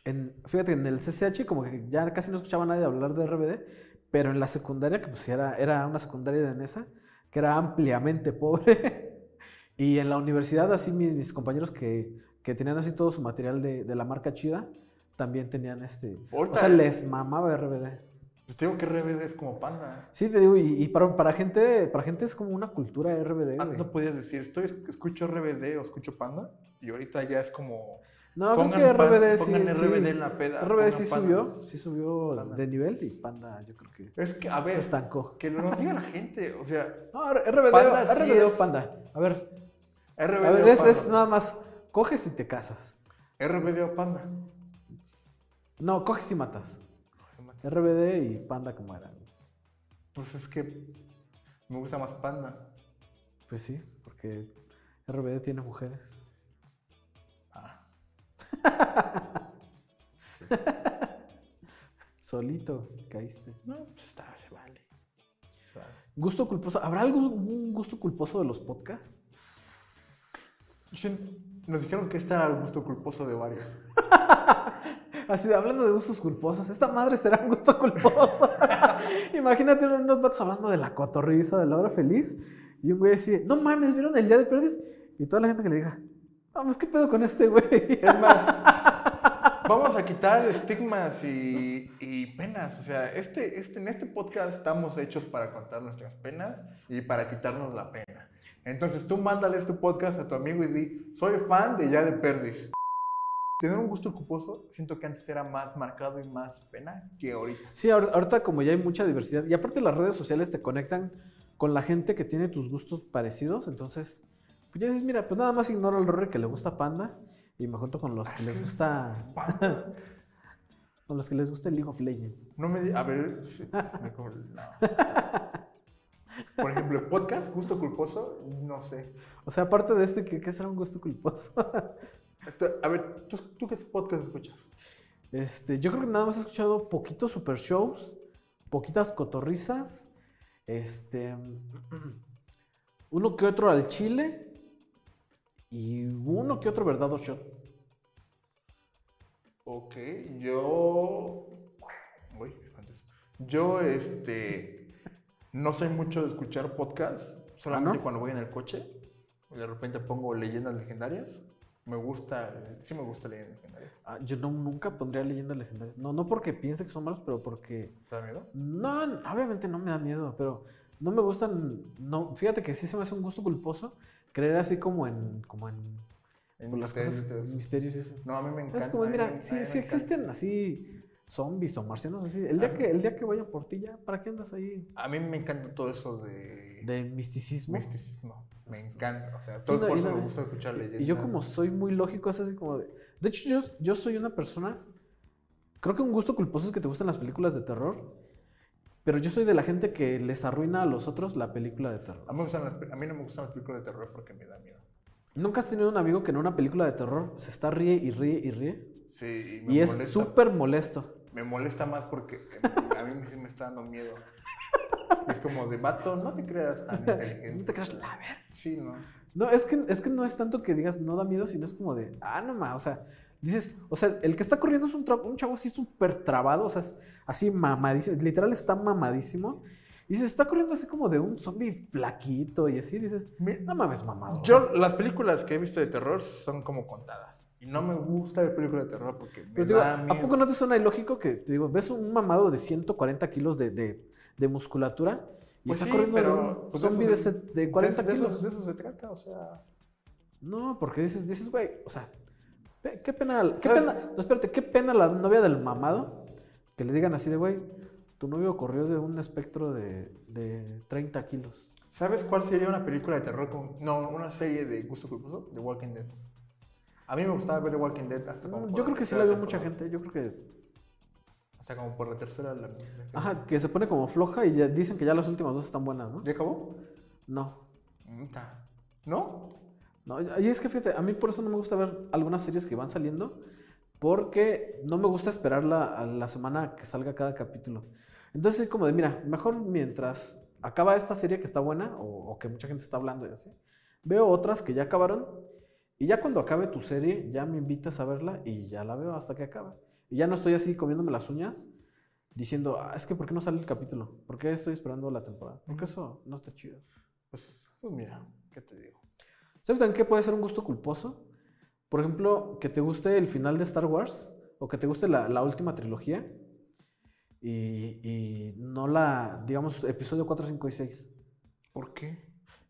en, fíjate, en el CCH como que ya casi no escuchaba a nadie hablar de RBD, pero en la secundaria, que pues era, era una secundaria de Nesa, que era ampliamente pobre, y en la universidad así mis, mis compañeros que, que tenían así todo su material de, de la marca chida, también tenían este... O
Ahorita-
sea, les mamaba RBD.
Pues te digo que RBD es como panda.
Sí, te digo, y, y para, para gente para gente es como una cultura RBD,
Ah,
güey.
no podías decir, estoy, escucho RBD o escucho panda. Y ahorita ya es como.
No,
pongan
creo que
pan-
RBD sí.
pongan
sí.
RBD en la peda,
RBD sí
pongan Panda.
subió, sí subió
Panda.
de nivel y Panda, yo creo que
Es que, a
se
ver,
estancó.
que nos diga la gente. O sea,
Pues, No, RBD,
Panda sí
RBD o
es-
Panda. A ver,
RBD
a ver,
o
es,
panda.
es nada más, coges y te casas.
RBD o panda.
No, coges y matas. RBD y Panda como era. güey.
Pues es que me gusta más panda.
Pues sí, porque RBD tiene mujeres.
Ah,
Solito caíste.
no, pues está, se vale. Se vale.
Gusto culposo. ¿Habrá algún gusto culposo de los podcasts?
Shin, Nos dijeron que este era el gusto culposo de varios.
Así, de- hablando de gustos culposos, esta madre será un gusto culposo. Imagínate unos vatos hablando de la cotorriza, de la hora feliz, y un güey así, no mames, ¿vieron el día de perdiz? Y toda la gente que le diga, vamos, ¿qué pedo con este güey?
Es más, vamos a quitar estigmas y, y penas. O sea, este, este, en este podcast estamos hechos para contar nuestras penas y para quitarnos la pena. Entonces tú mándale este podcast a tu amigo y di, soy fan de Ya de Perdis. Tener un gusto culposo, siento que antes era más marcado y más pena que ahorita.
Sí, ahor- ahorita como ya hay mucha diversidad, y aparte las redes sociales te conectan con la gente que tiene tus gustos parecidos, entonces, pues ya dices, mira, pues nada más ignoro al Rory que le gusta Panda, y me junto con los que les gusta, con los que les gusta el League of Legends.
No me di- a ver, sí, me como- no. Por ejemplo, el podcast, gusto culposo, no sé.
O sea, aparte de este, ¿qué, qué será un gusto culposo?
Esto- A ver, ¿tú, tú qué podcast escuchas?
Este, yo creo que nada más he escuchado poquitos super shows, poquitas cotorrizas, este, uno que otro al chile y uno que otro verdad o shot.
Ok, yo. Uy, antes. Yo, este. No soy mucho de escuchar podcasts, solamente
Ah, ¿no?
cuando voy en el coche. De repente pongo leyendas legendarias. Me gusta, sí me gusta leyendas legendarias.
Ah, Yo no, nunca pondría leyendas legendarias. No, no porque piense que son malos, pero porque...
¿Te da miedo?
No, obviamente no me da miedo, pero no me gustan... No, fíjate que sí se me hace un gusto culposo creer así como en... Como en
En
pues, las cosas
ustedes.
misterios y eso.
No, a mí me encanta.
Es como,
a mí me- a
mira,
mí
sí,
me
sí
encanta.
existen así zombies o marcianos así. El día,
Ajá.
que, el día que vayan por ti ya, ¿para qué andas ahí?
A mí me encanta todo eso de.
De misticismo.
misticismo. Me
Eso.
encanta. O sea,
Sí,
todo
no,
por
y
eso
no,
me
y-
gusta escuchar leyendas.
Y yo como soy muy lógico, es así como de... De hecho, yo, yo soy una persona... Creo que un gusto culposo es que te gustan las películas de terror, pero yo soy de la gente que les arruina a los otros la película de
A
terror.
mí, me gustan las pe- a mí no me gustan las películas de terror porque me da miedo.
¿Nunca has tenido un amigo que en una película de terror se está ríe y ríe y ríe?
Sí, y me
Y
molesta.
es súper molesto.
Me molesta más porque em, a mí sí me está dando miedo. Es como de vato, no te creas tan inteligente.
No te creas la verga.
Sí, no.
No, es que, es que no es tanto que digas no da miedo, sino es como de, ah, no ma", o sea, dices, o sea, el que está corriendo es un, tra- un chavo así súper trabado, o sea, es así mamadísimo, literal está mamadísimo, y se está corriendo así como de un zombie flaquito y así, dices,
Mi-
no mames, mamado.
Yo, las películas que he visto de terror son como contadas. Y no me gusta ver películas de terror porque me
Pero te digo,
da miedo.
¿a poco no te suena ilógico que, te digo, ves un mamado de 140 kilos de, de, de musculatura y
Pues
está
sí,
corriendo de
pero,
un
pues,
zombie de,
eso se-
se- de 40
de, de
kilos?
eso- de eso se trata, o sea.
No, porque dices, dices, güey, o sea, pe- qué pena, qué
¿Sabes?
pena, no, espérate, qué pena la novia del mamado que le digan así de, güey, tu novio corrió de un espectro de, de 30 kilos.
¿Sabes cuál sería una película de terror con. No, una serie de gusto culposo? The Walking Dead. A mí me gustaba ver The Walking Dead hasta Ah, como.
Mm,
por
Yo creo que sí
tercera
la vio mucha
temporada.
gente, yo creo que,
Hasta como por la tercera. la- la-
ajá, que se pone como floja y ya dicen que ya las últimas dos están buenas, ¿no?
¿Ya acabó?
No.
Puta. ¿No?
No, y es que fíjate, a mí por eso no me gusta ver algunas series que van saliendo, porque no me gusta esperar la, a la semana que salga cada capítulo. Entonces, como de, mira, mejor mientras acaba esta serie que está buena o, o que mucha gente está hablando y así, veo otras que ya acabaron y ya cuando acabe tu serie, ya me invitas a verla y ya la veo hasta que acabe. Y ya no estoy así comiéndome las uñas diciendo, "Ah, es que ¿por qué no sale el capítulo? ¿Por qué estoy esperando la temporada? Porque eso no está chido.
Pues, pues mira, ¿qué te digo?
¿Sabes también qué puede ser un gusto culposo? Por ejemplo, que te guste el final de Star Wars o que te guste la, la última trilogía Y, y no la, digamos, episodio 4, 5 y 6.
¿Por qué?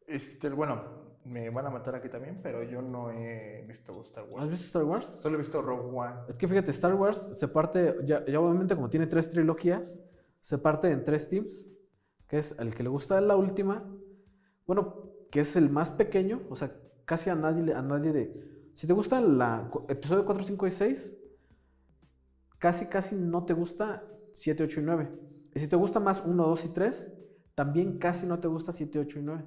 Este, bueno, me van a matar aquí también, pero yo no he visto Star
¿Has
Wars.
visto Star Wars?
Solo he visto Rogue One.
Es que fíjate, Star Wars se parte, ya, ya obviamente como tiene tres trilogías, se parte en tres teams, que es el que le gusta la última, bueno, que es el más pequeño, o sea, casi a nadie, le- a nadie de... Si te gusta la cu- episodio 4, 5 y 6, casi, casi no te gusta 7, 8 y 9. Y si te gusta más 1, 2 y 3, también casi no te gusta 7, 8 y 9.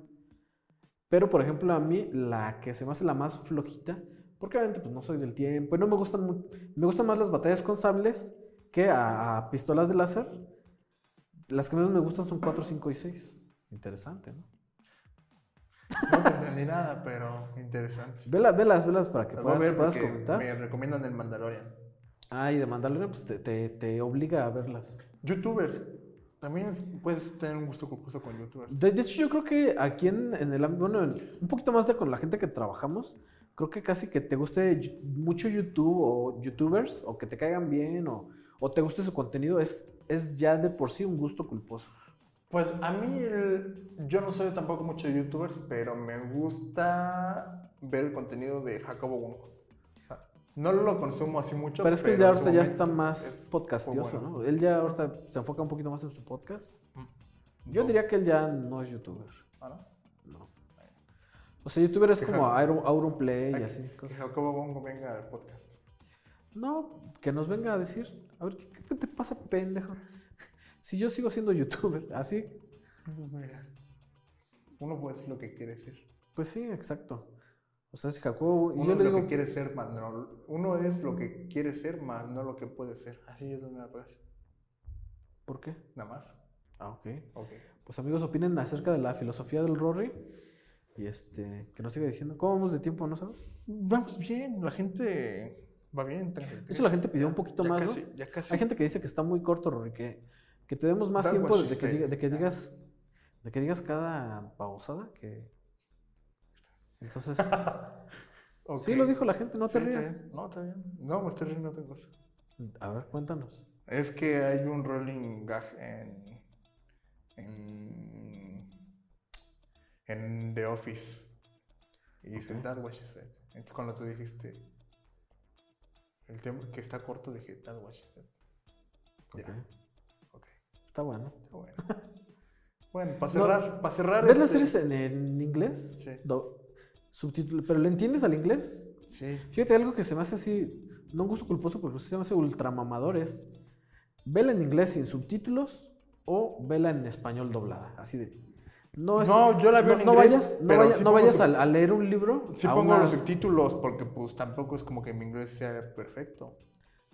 Pero, por ejemplo, a mí la que se me hace la más flojita, porque obviamente pues, no soy del tiempo, y no me gustan mu- me gustan más las batallas con sables que a, a pistolas de láser. Las que menos me gustan son 4, 5 y 6. Interesante, ¿no?
No te entendí nada, pero interesante.
Velas, velas, velas para que
Las voy a
puedas,
ver
puedas
porque
comentar.
Me recomiendan el Mandalorian.
Ah, y de Mandalorian pues, te, te- te obliga a verlas.
Youtubers. También puedes tener un gusto concurso con youtubers.
De, de hecho, yo creo que aquí en, en el ámbito, bueno, en- un poquito más de con la gente que trabajamos, creo que casi que te guste yu- mucho YouTube o youtubers, o que te caigan bien, o, o te guste su contenido, es, es ya de por sí un gusto culposo.
Pues a mí, el- yo no soy tampoco mucho de youtubers, pero me gusta ver el contenido de Jacobo Wong. O sea, No lo consumo así mucho.
Pero es que él ya
en su
ahorita ya
momento
está más
es-
podcastioso,
fue bueno. Mm.
¿no? Él ya ahorita se enfoca un poquito más en su podcast. Yo
No.
diría que él ya no es youtuber,
Ah, ¿no?
no. O sea, youtuber es
Que
como
Jacob-
Auron, Auron Play y
Ay,
así.
Que
cosas.
Jacobo Bongo venga al podcast.
No, que nos venga a decir, a ver, ¿qué, qué te pasa, pendejo? Si yo sigo siendo youtuber, así,
Mira, Uno puede decir lo que quiere decir.
pues sí, exacto. O sea, si Jacobo, y
Uno
yo
es
le
lo
digo,
que quiere ser, más no- uno es lo que quiere ser, más no lo que puede ser. Así es la nueva frase.
¿por qué?
Nada más.
Ah, ok.
Ok.
Pues amigos, opinen acerca de la filosofía del Rory y este, que nos siga diciendo, ¿cómo vamos de tiempo, no sabes?
Vamos bien, la gente va bien. 33.
Eso la gente pidió un poquito
Ya
más,
casi,
¿no?
Ya casi.
Hay gente que dice que está muy corto, Rory, que, que te demos más
That's
tiempo
what
de
she
que,
said. Ah.
diga- de que digas de que digas cada pausada que... Entonces,
Ok.
sí lo dijo la gente, no te
Sí, está
rías.
bien. No, está bien. No, me estoy riendo de otra cosa.
A ver, cuéntanos.
Es que hay un rolling gag en. en. en The Office. Y dice,
Ok.
that was she said". Entonces, cuando tú dijiste. el tiempo que está corto, dije, that was she said". Ya.
Ok.
Ok,
Está bueno.
está bueno. bueno, para
No,
cerrar. para cerrar.
¿Ves las
este-
series en, en inglés?
Sí.
Do- subtítulo- ¿Pero le entiendes al inglés?
Sí.
Fíjate, algo que se me hace así, no un gusto culposo, porque se me hace ultramamador es vela en inglés sin subtítulos o vela en español doblada. Así de. No, es-
No, yo la veo
no,
en
no
inglés,
vayas, no
pero
vaya-
sí
no
pongo
vayas
sub-
a, a leer un libro.
Sí
a
pongo
una-
los subtítulos porque pues tampoco es como que mi inglés sea perfecto.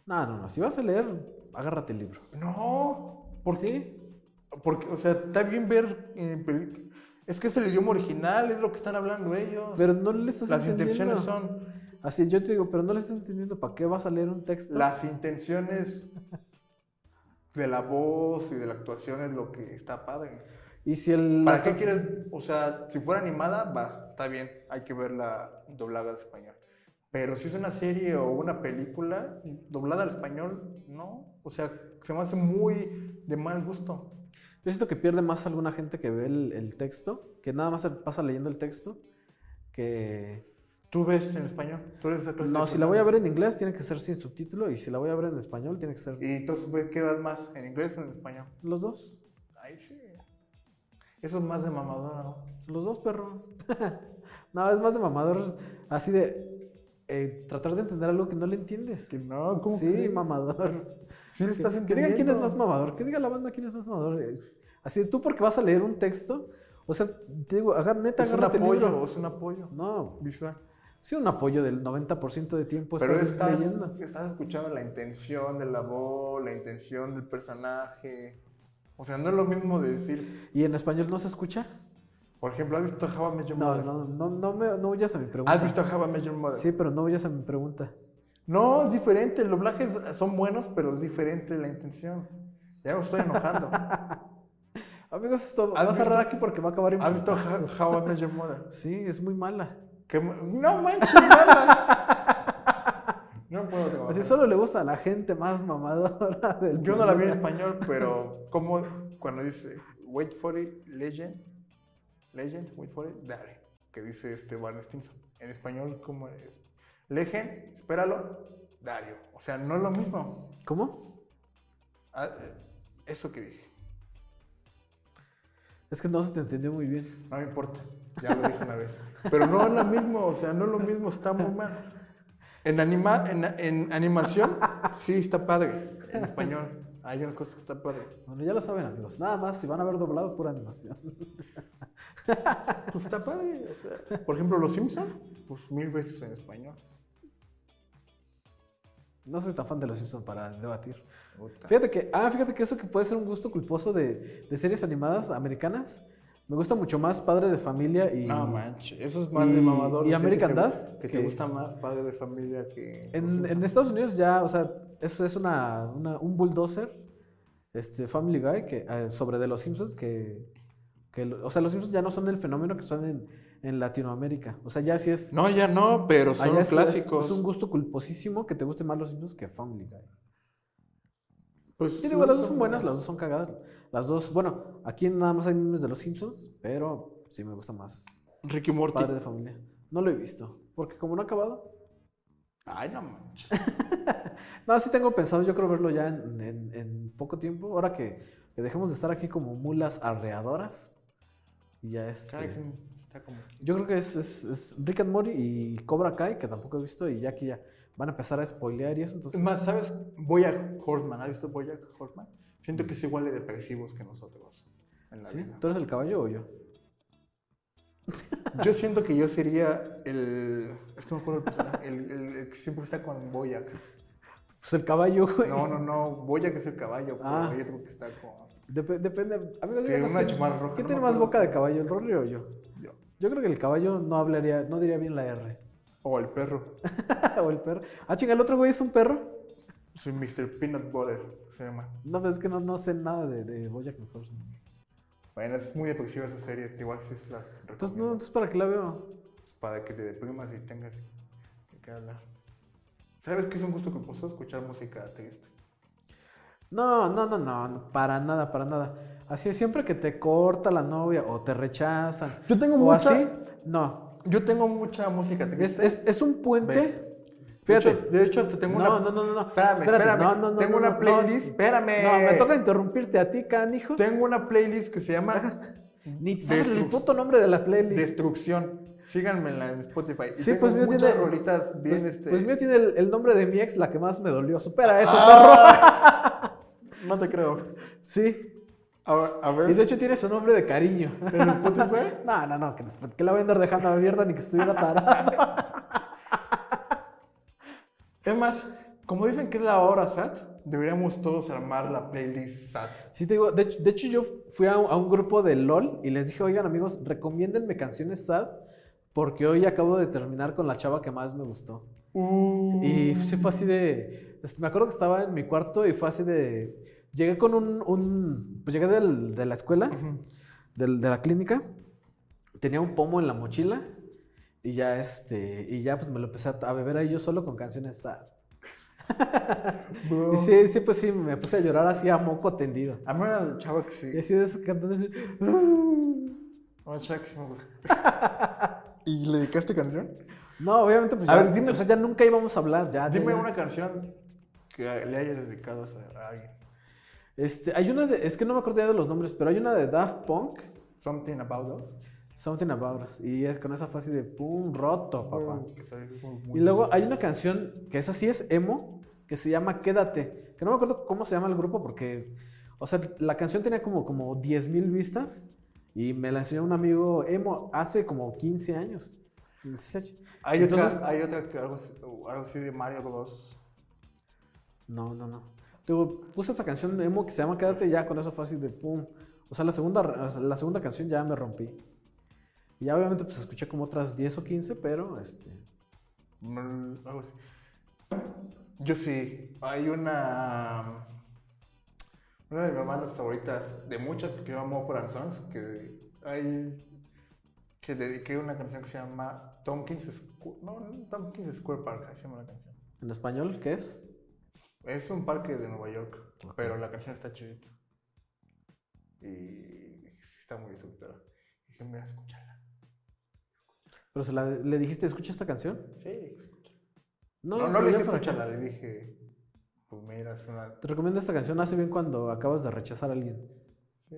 No, no, no. Si vas a leer, agárrate el libro.
No, ¿por qué?
¿Sí?
Porque, o sea, está bien ver eh, peli- Es que es el idioma original, es lo que están hablando ellos.
Pero no le estás
las
entendiendo.
intenciones son.
Así, yo te digo, pero no le estás entendiendo. ¿Para qué vas a leer un texto?
Las intenciones de la voz y de la actuación es lo que está padre.
Y si el.
¿Para qué quieres? O sea, si fuera animada, va, está bien, hay que verla doblada al español. Pero si es una serie o una película doblada al español, no. O sea, se me hace muy de mal gusto.
Yo siento que pierde más alguna gente que ve el, el texto, que nada más se pasa leyendo el texto, que...
¿Tú ves en español? ¿Tú eres de esa clase de
No, si la voy a ver
personas?
en inglés tiene que ser sin subtítulo y si la voy a ver en español tiene que ser
Y entonces, güey, ¿qué vas más? ¿En inglés o en español?
los dos.
Ay, sí. Eso es más de mamadora, ¿no?
Los dos, perro. no, es más de mamador, así de eh, tratar de entender algo que no le entiendes.
no,
Sí, mamador.
Sí, le
Que,
estás
que digan quién es más
mamadora.
mamador, que diga la banda quién es más mamador. Es- Así de tú porque vas a leer un texto, o sea, te digo, agar- neta,
Es un
agárrate el
apoyo,
libro.
es un apoyo
No,
visual.
Sí, un apoyo del 90% de tiempo
Pero
estar
estás,
pues, leyendo.
estás escuchando la intención de la voz, la intención del personaje. O sea, no es lo mismo de decir,
¿Y en español no se escucha?
por ejemplo, ¿has visto Java Met Your
No,
Mother?
no, no, no, me, no huyas a mi pregunta.
¿Has visto Java Met Your Mother?
Sí, pero no huyas a mi pregunta.
No, es diferente. Los doblajes son buenos, pero es diferente la intención. Ya me estoy enojando.
Amigos, esto Ah, va
¿Has
a cerrar
visto-
aquí porque va a acabar en
¿Has visto How,
putazos.
How I Met Your Mother?
Sí, es muy mala.
Que, no manches, nada. No puedo pero.
Así solo le gusta a la gente más mamadora del
Ah. Yo no la vi en
planeta.
español, pero como cuando dice Wait for it, Legend, Legend, Wait for it, Dare, que dice este Barney Stinson. En español, ¿cómo es? Legend, espéralo, Dario. O sea, no es lo mismo.
¿Cómo?
Ah, eh, Eso que dije.
Es que no se te entendió muy bien.
No me importa, ya lo dije una vez. Pero no es lo mismo, o sea, no es lo mismo, está muy mal. En, anima, en, en animación, sí está padre. En español, hay unas cosas que está padre.
Bueno, ya lo saben, amigos. Nada más, si van a ver doblado, pura animación.
Pues está padre, o sea. Por ejemplo, Los Simpson, pues mil veces en español.
No soy tan fan de los Simpsons para debatir.
Puta.
Fíjate que, ah, fíjate que eso que puede ser un gusto culposo de, de series animadas americanas, me gusta mucho más Padre de Familia y...
No manches, eso es más de
y-
mamador.
y
decir que te-
American Dad,
Que te
que-
gusta más padre de familia que. Los
En, en
Simpson.
Estados Unidos ya, o sea, eso es una, una- un bulldozer, este Family Guy, que, eh, sobre de los Simpsons, que, que lo- o sea, los Simpsons ya no son el fenómeno que son en, en Latinoamérica. O sea, ya sí es...
No, ya no, pero son
allá sí es-
clásicos.
Es, un gusto culposísimo que te guste más los Simpsons que Family Guy.
Pues,
Sí, digo, las dos son buenas, las dos son cagadas. Las dos, bueno, aquí nada más hay memes de los Simpsons, pero sí me gusta más
Ricky Morty.
Padre de Familia. No lo he visto, porque como no ha acabado,
Ay, no manches.
Este, No, sí tengo pensado, yo creo verlo ya en, en- en poco tiempo. Ahora que, que dejemos de estar aquí como mulas arreadoras. Y ya
Cada
este.
quien está como.
Yo creo que es, es- es Rick and Morty y Cobra Kai, que tampoco he visto, y ya aquí ya van a empezar a spoilear y eso.
Es
Entonces,
más, ¿sabes? Boyack Horseman, ¿has visto Boyack Horseman? Siento que es igual de depresivos que nosotros en la
¿sí?
vida.
¿Tú eres el caballo o yo?
Yo siento que yo sería el. Es que no me acuerdo el personaje. El, el- el que siempre está con Boyack.
Pues el caballo, güey.
No, no, no. Boyack es el caballo, pero
Ah.
yo tengo que estar con.
Dep- depende. Amigos,
Que
díganos
una
quién-
chamarra roja,
¿Quién
no
tiene
me
más
acuerdo.
boca de caballo, el Rory o yo?
yo.
Yo creo que el caballo no hablaría, no diría bien la R.
O el perro.
o el perro. Ah, chinga, el otro güey es un perro.
Soy Mr. Peanut Butter, se llama.
No, pero es que no, no sé nada de, de Bojack Horseman.
Bueno, es muy depresiva esa serie. Igual sí se las recomiendo. Pues,
Entonces, no, entonces ¿para qué la veo?
Para que te deprimas y tengas que, que hablar. ¿Sabes qué es un gusto culposo? Escuchar música triste.
No, no, no, no, no, para nada, para nada. Así es, siempre que te corta la novia o te rechazan.
Yo tengo
o
mucha-
así, no.
Yo tengo mucha música
Es,
triste.
es- es un puente.
De
Este, Fíjate.
hecho- De hecho, hasta tengo
no,
una.
no, no, no, no.
Espérame, espérame.
no, no, no,
tengo
no,
una
no,
playlist.
no.
espérame.
No, me toca interrumpirte a ti, canijo.
Tengo una playlist que se llama
Bajas. Ni sabes el
Destruc-
puto nombre de la playlist.
Destrucción. Síganmela en Spotify. Y
Sí,
tengo
pues mío
muchas
tiene-
rolitas bien
Pues,
este.
pues mío tiene el, el nombre de mi ex, la que más me dolió. Supera eso,
Ah. No te creo.
perro. Sí.
A ver, a ver,
Y de hecho tiene su nombre de cariño.
en Spotify.
No, no, no, que, después- que la voy a andar dejando abierta ni que estuviera tarada.
Es más, como dicen que es la hora SAT, deberíamos todos armar la playlist SAT.
Sí, te digo, de, hecho- de hecho yo fui a, un- a un grupo de LOL y les dije, oigan amigos, recomiéndenme canciones sad porque hoy acabo de terminar con la chava que más me gustó.
Uh.
Y sí fue así de, este, me acuerdo que estaba en mi cuarto y fue así de, llegué con un, un- pues llegué del- de la escuela,
Ujú.
del- de la clínica, tenía un pomo en la mochila y ya este, y ya pues me lo empecé a, a beber ahí yo solo con canciones sad.
Bro.
Y sí, sí, pues sí, me puse a llorar así a moco tendido.
A mí una chava que sí.
Y así de "Uh". esos cantando así.
Una chava que sí me gusta. ¿Y le dedicaste canción?
No, obviamente, pues
A
ya,
ver, dime-
o sea, ya nunca íbamos a hablar, ya.
Dime
ya-
una canción que le hayas dedicado a alguien.
Este, hay una de, es que no me acuerdo ya de los nombres, pero hay una de Daft Punk,
Something About Us.
Something About Us, y es con esa fase de pum, roto, papá.
Que se ve como
Oh. Y
muy-
luego hay una canción que esa sí es emo, que se llama Quédate, que no me acuerdo cómo se llama el grupo porque, o sea, la canción tenía como, como 10 mil vistas y me la enseñó un amigo emo hace como 15 años.
Mm.
16.
Hay,
Entonces-
otra, hay otra que algo, así- o algo así de Mario Bros.
No, no, no. Digo, puse esa canción emo que se llama Quédate y ya con eso fue así de pum. O sea, la segunda, o sea, la segunda canción ya me rompí. Y ya obviamente pues escuché como otras 10 o 15, pero este...
Mm, Algo así. Yo sí. Hay una. Una de mis bandas favoritas, de muchas, que llamo Operan Songs, que hay. Que dediqué una canción que se llama Tompkins Square. No, no Tompkins Square Park, así se llama la canción.
¿En español qué es?
Es un parque de Nueva York,
Ok.
pero la canción está chidita. Y dije, sí está muy disruptora. Dije, mira, escúchala.
Pero se la- le dijiste, escucha esta canción.
Sí, dije, escúchala.
No,
No, no, le
ya
dije,
para acá.
escúchala, le dije, pues mira, es una.
Te recomiendo esta canción, hace bien cuando acabas de rechazar a alguien.
Sí.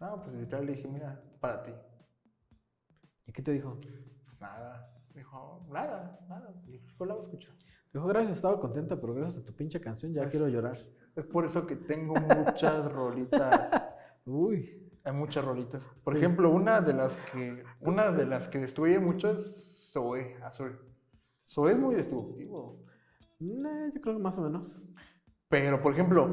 No, pues literal le dije, mira, para ti.
¿Y qué te dijo?
Pues nada. Dijo, nada, nada. Dijo, la voy a escuchar.
Dijo, gracias, estaba contenta, pero gracias a tu pinche canción ya
Es-
quiero llorar.
Es por eso que tengo muchas rolitas.
Uy,
Hay muchas rolitas. Por ejemplo, una de las que una de las que destruye mucho es Zoe, Azul. Zoe es muy destructivo.
nah, yo creo que más o menos.
Pero, por ejemplo,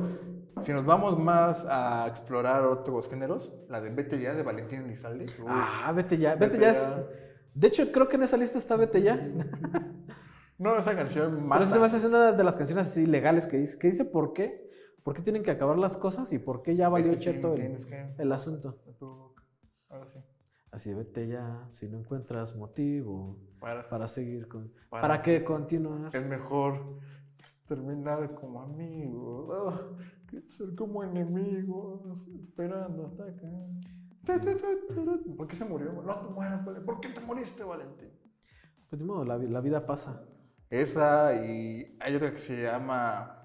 si nos vamos más a explorar otros géneros, la de Vete Ya de Valentín Elizalde. uy,
Ah, vete ya, vete,
Vete
ya.
Ya.
es- De hecho, creo que en esa lista está Vete ya.
No, esa canción
Pero esa se me
más.
hace una de las canciones así legales que dice, que dice por qué, por qué tienen que acabar las cosas y por qué ya valió cheto el, el asunto.
Ahora sí.
Así, vete ya, si no encuentras motivo
Para,
para seguir con...
Para-
¿Para, qué continuar?
Es mejor terminar como amigos ah, que ser como enemigos, esperando hasta acá. Ta, ta, ta, ta. ¿Por qué se murió? No te mueras, Valentín. ¿Por qué te moriste, Valentín?
Pues ni modo, la, vi- la vida pasa.
Esa y hay otra que se llama.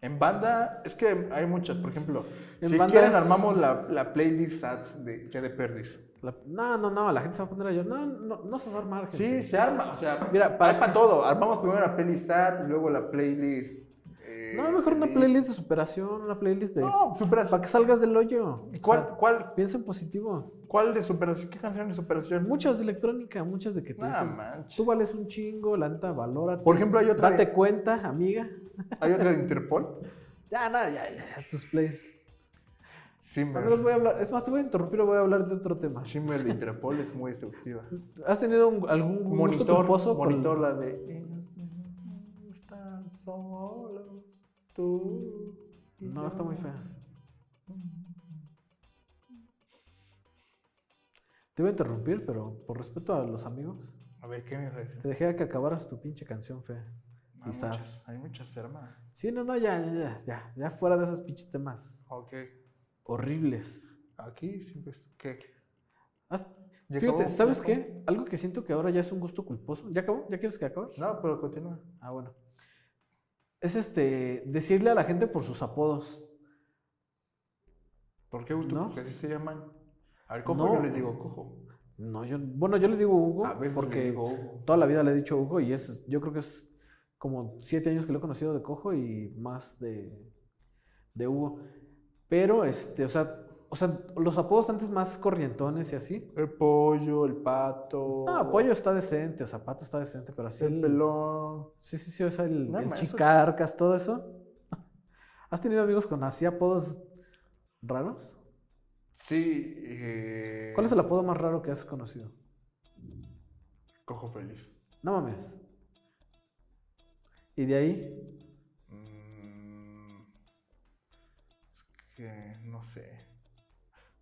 En banda, es que hay muchas, por ejemplo.
En
si
banda
quieren,
es-
armamos la, la playlist sad de Ya de Perdis.
La- no, no, no, la gente se va a poner a llorar. No, no, no se va a armar,
Sí,
gente.
se arma, o sea,
Mira,
hay
para-
para todo. Armamos primero la playlist sad y luego la playlist. eh,
No, mejor una
feliz.
playlist de superación, una playlist de...
No, superación.
Este, Para que salgas del hoyo.
¿Y
O
¿Cuál,
sea,
cuál,
piensa en positivo.
cuál de superación? ¿Qué canción de superación?
Muchas de electrónica, muchas de que te
Nada
dicen,
manches.
Tú vales un chingo, la neta, valora.
Por ejemplo, hay otra,
Date
de,
cuenta, amiga.
hay otra de Interpol.
Ya, no, ya, ya, ya, tus plays.
Simmer.
También los voy a hablar. Es más, te voy a interrumpir o voy a hablar de otro tema.
Simmer de Interpol es muy destructiva.
¿Has tenido un- algún gusto
Monitor,
culposo con-
monitor la de... Están solos tú y
No,
yo".
está muy fea. Te iba a interrumpir, pero por respeto a los amigos,
A ver, ¿qué me vas a decir?
te dejé que acabaras tu pinche canción fea.
Hay
Y sad.
muchas, hay muchas hermanas.
Sí, no, no, ya, ya, ya, ya, ya fuera de esos pinches temas
Ok.
horribles.
Aquí siempre esto. ¿Qué?
Haz-
¿Ya
Fíjate,
acabó? ¿Ya
¿sabes
acabó?
qué? Algo que siento que ahora ya es un gusto culposo. ¿Ya acabó? ¿Ya quieres que acabe?
No, pero continúa.
Ah, bueno. Es este, decirle a la gente por sus apodos.
¿Por qué gusto?
¿No?
Porque así se llaman. Al cojo
No.
yo le digo cojo.
No, yo, bueno, yo le digo Hugo
A veces
porque
le digo Hugo.
toda la vida le he dicho Hugo y es, yo creo que es como siete años que lo he conocido de cojo y más de, de Hugo. Pero, este, o sea, o sea, los apodos antes más corrientones y así.
El pollo, el pato.
No, Pollo está decente, o sea, Pato está decente, pero así
Oh. El pelón.
Sí, sí, sí, o sea, el,
No,
el
ma, eso-
chicarcas, todo eso. ¿Has tenido amigos con así apodos raros?
Sí. eh,
¿Cuál es el apodo más raro que has conocido?
Cojo feliz.
No mames. ¿Y de ahí?
Mm, es que no sé.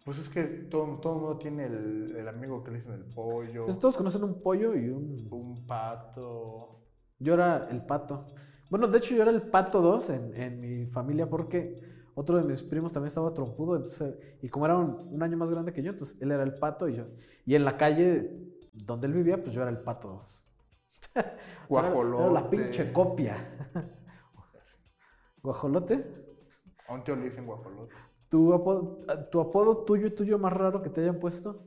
Pues es que todo, todo el mundo tiene el, el amigo que le dicen el pollo,
Pues todos conocen un pollo y un...
un pato.
Yo era el pato. Bueno, de hecho yo era el pato 2 en, en mi familia porque otro de mis primos también estaba trompudo, entonces, y como era un, un año más grande que yo, entonces él era el pato y yo... Y en la calle donde él vivía, pues yo era el pato 2. O sea, era-
Guajolote.
Era la pinche copia. Guajolote.
A un tío le dicen guajolote.
¿Tu apodo, ah, tu apodo tuyo y tuyo más raro que te hayan puesto?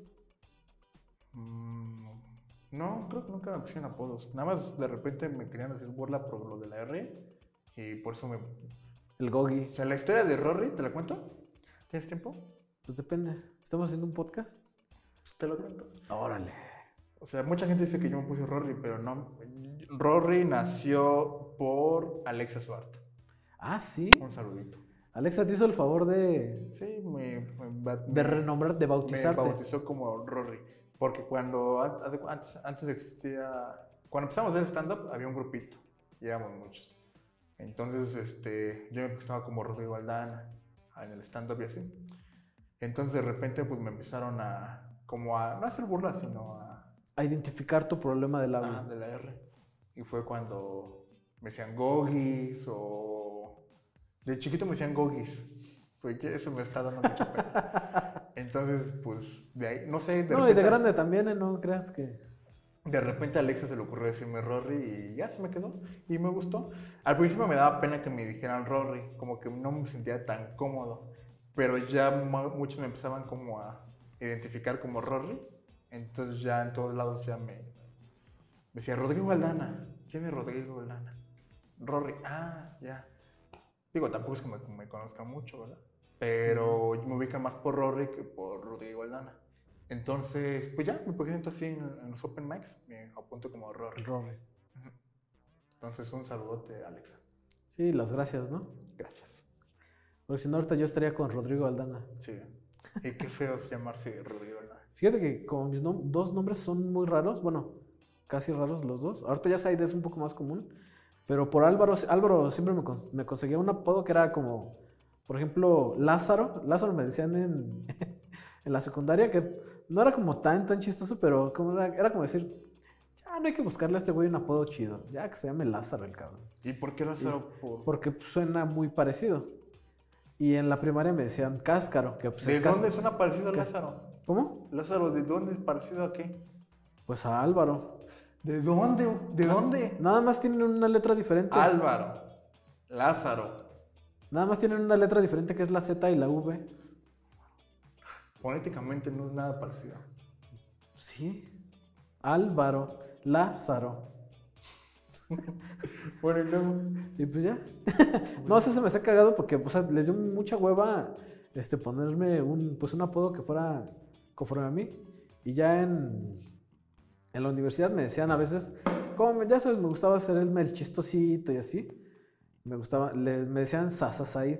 Mm, no, creo que nunca me pusieron apodos. Nada más de repente me querían hacer burla por lo de la R. Y por eso me. O
El gogi.
sea, la historia de Rory, ¿te la cuento? ¿Tienes tiempo?
Pues depende. ¿Estamos haciendo un podcast?
Pues, Te lo cuento.
Órale.
O sea, mucha gente dice que yo me puse Rory, pero no. Rory nació por Alexa Suart.
Ah, sí.
Un saludito.
Alexa te hizo el favor de,
Sí, me, me, ba-
de renombrar, de
me
bautizarte.
bautizó como Rory. Porque cuando an- hace- antes, antes existía. Cuando empezamos a hacer stand-up, había un grupito. Y éramos muchos. Entonces, este, yo me gustaba como Rodrigo Aldana ah, en el stand-up y así. Entonces, de repente, pues me empezaron a. Como a. No a hacer burlas, sino a. Ah,
a identificar tu problema del
Ajá,
habla.
de la R. Y fue cuando me decían gogis o... De chiquito me decían gogis. Porque eso me está dando mucha pena. Entonces, pues, de ahí, no sé, de
no, y
repente-
de grande también, ¿eh? No creas que.
de repente a Alexa se le ocurrió decirme Rory y ya se me quedó. Y me gustó. Al principio me daba pena que me dijeran Rory, como que no me sentía tan cómodo. Pero ya mu- muchos me empezaban como a identificar como Rory. Entonces ya en todos lados ya me, me decía Rodrigo Aldana. ¿Quién es Rodrigo Aldana? Rory. Ah, ya. Digo, tampoco es que me, me conozca mucho, ¿verdad? Pero me ubican más por Rory que por Rodrigo Aldana. Entonces, pues ya, me presento así en, en los open mics, me apunto como Rory.
Rory.
Entonces, un saludote, Alexa.
Sí, las gracias, ¿no?
Gracias.
Porque si no, ahorita yo estaría con Rodrigo Aldana.
Sí. Y qué feo es llamarse Rodrigo Aldana.
Fíjate que como mis nom- dos nombres son muy raros, bueno, casi raros los dos. Ahorita ya Said es un poco más común, pero por Álvaro, Álvaro siempre me, cons- me conseguía un apodo que era como, por ejemplo, Lázaro. Lázaro me decían en, en la secundaria que no era como tan, tan chistoso, pero como era, era como decir, ya no hay que buscarle a este güey un apodo chido, ya que se llame Lázaro el cabrón
¿Y por qué Lázaro? Por...
porque pues, suena muy parecido. Y en la primaria me decían cáscaro, que pues
¿De
es cas-
dónde suena parecido a
¿Qué?
Lázaro?
¿Cómo?
Lázaro, ¿de dónde es parecido a qué?
Pues a Álvaro.
¿De dónde? ¿De dónde?
Nada más tienen una letra diferente.
Ah, Álvaro. Lázaro.
Nada más tienen una letra diferente que es la Z y la V.
Fonéticamente no es nada parecido.
Sí. Álvaro, Lázaro.
Bueno, y luego.
Y pues ya. no, eso se me ha cagado porque o sea, les dio mucha hueva este, ponerme un, pues, un apodo que fuera conforme a mí. Y ya en, en la universidad me decían a veces, como ya sabes, me gustaba hacerme el chistosito y así. Me gustaba, les, me decían Sasa Said.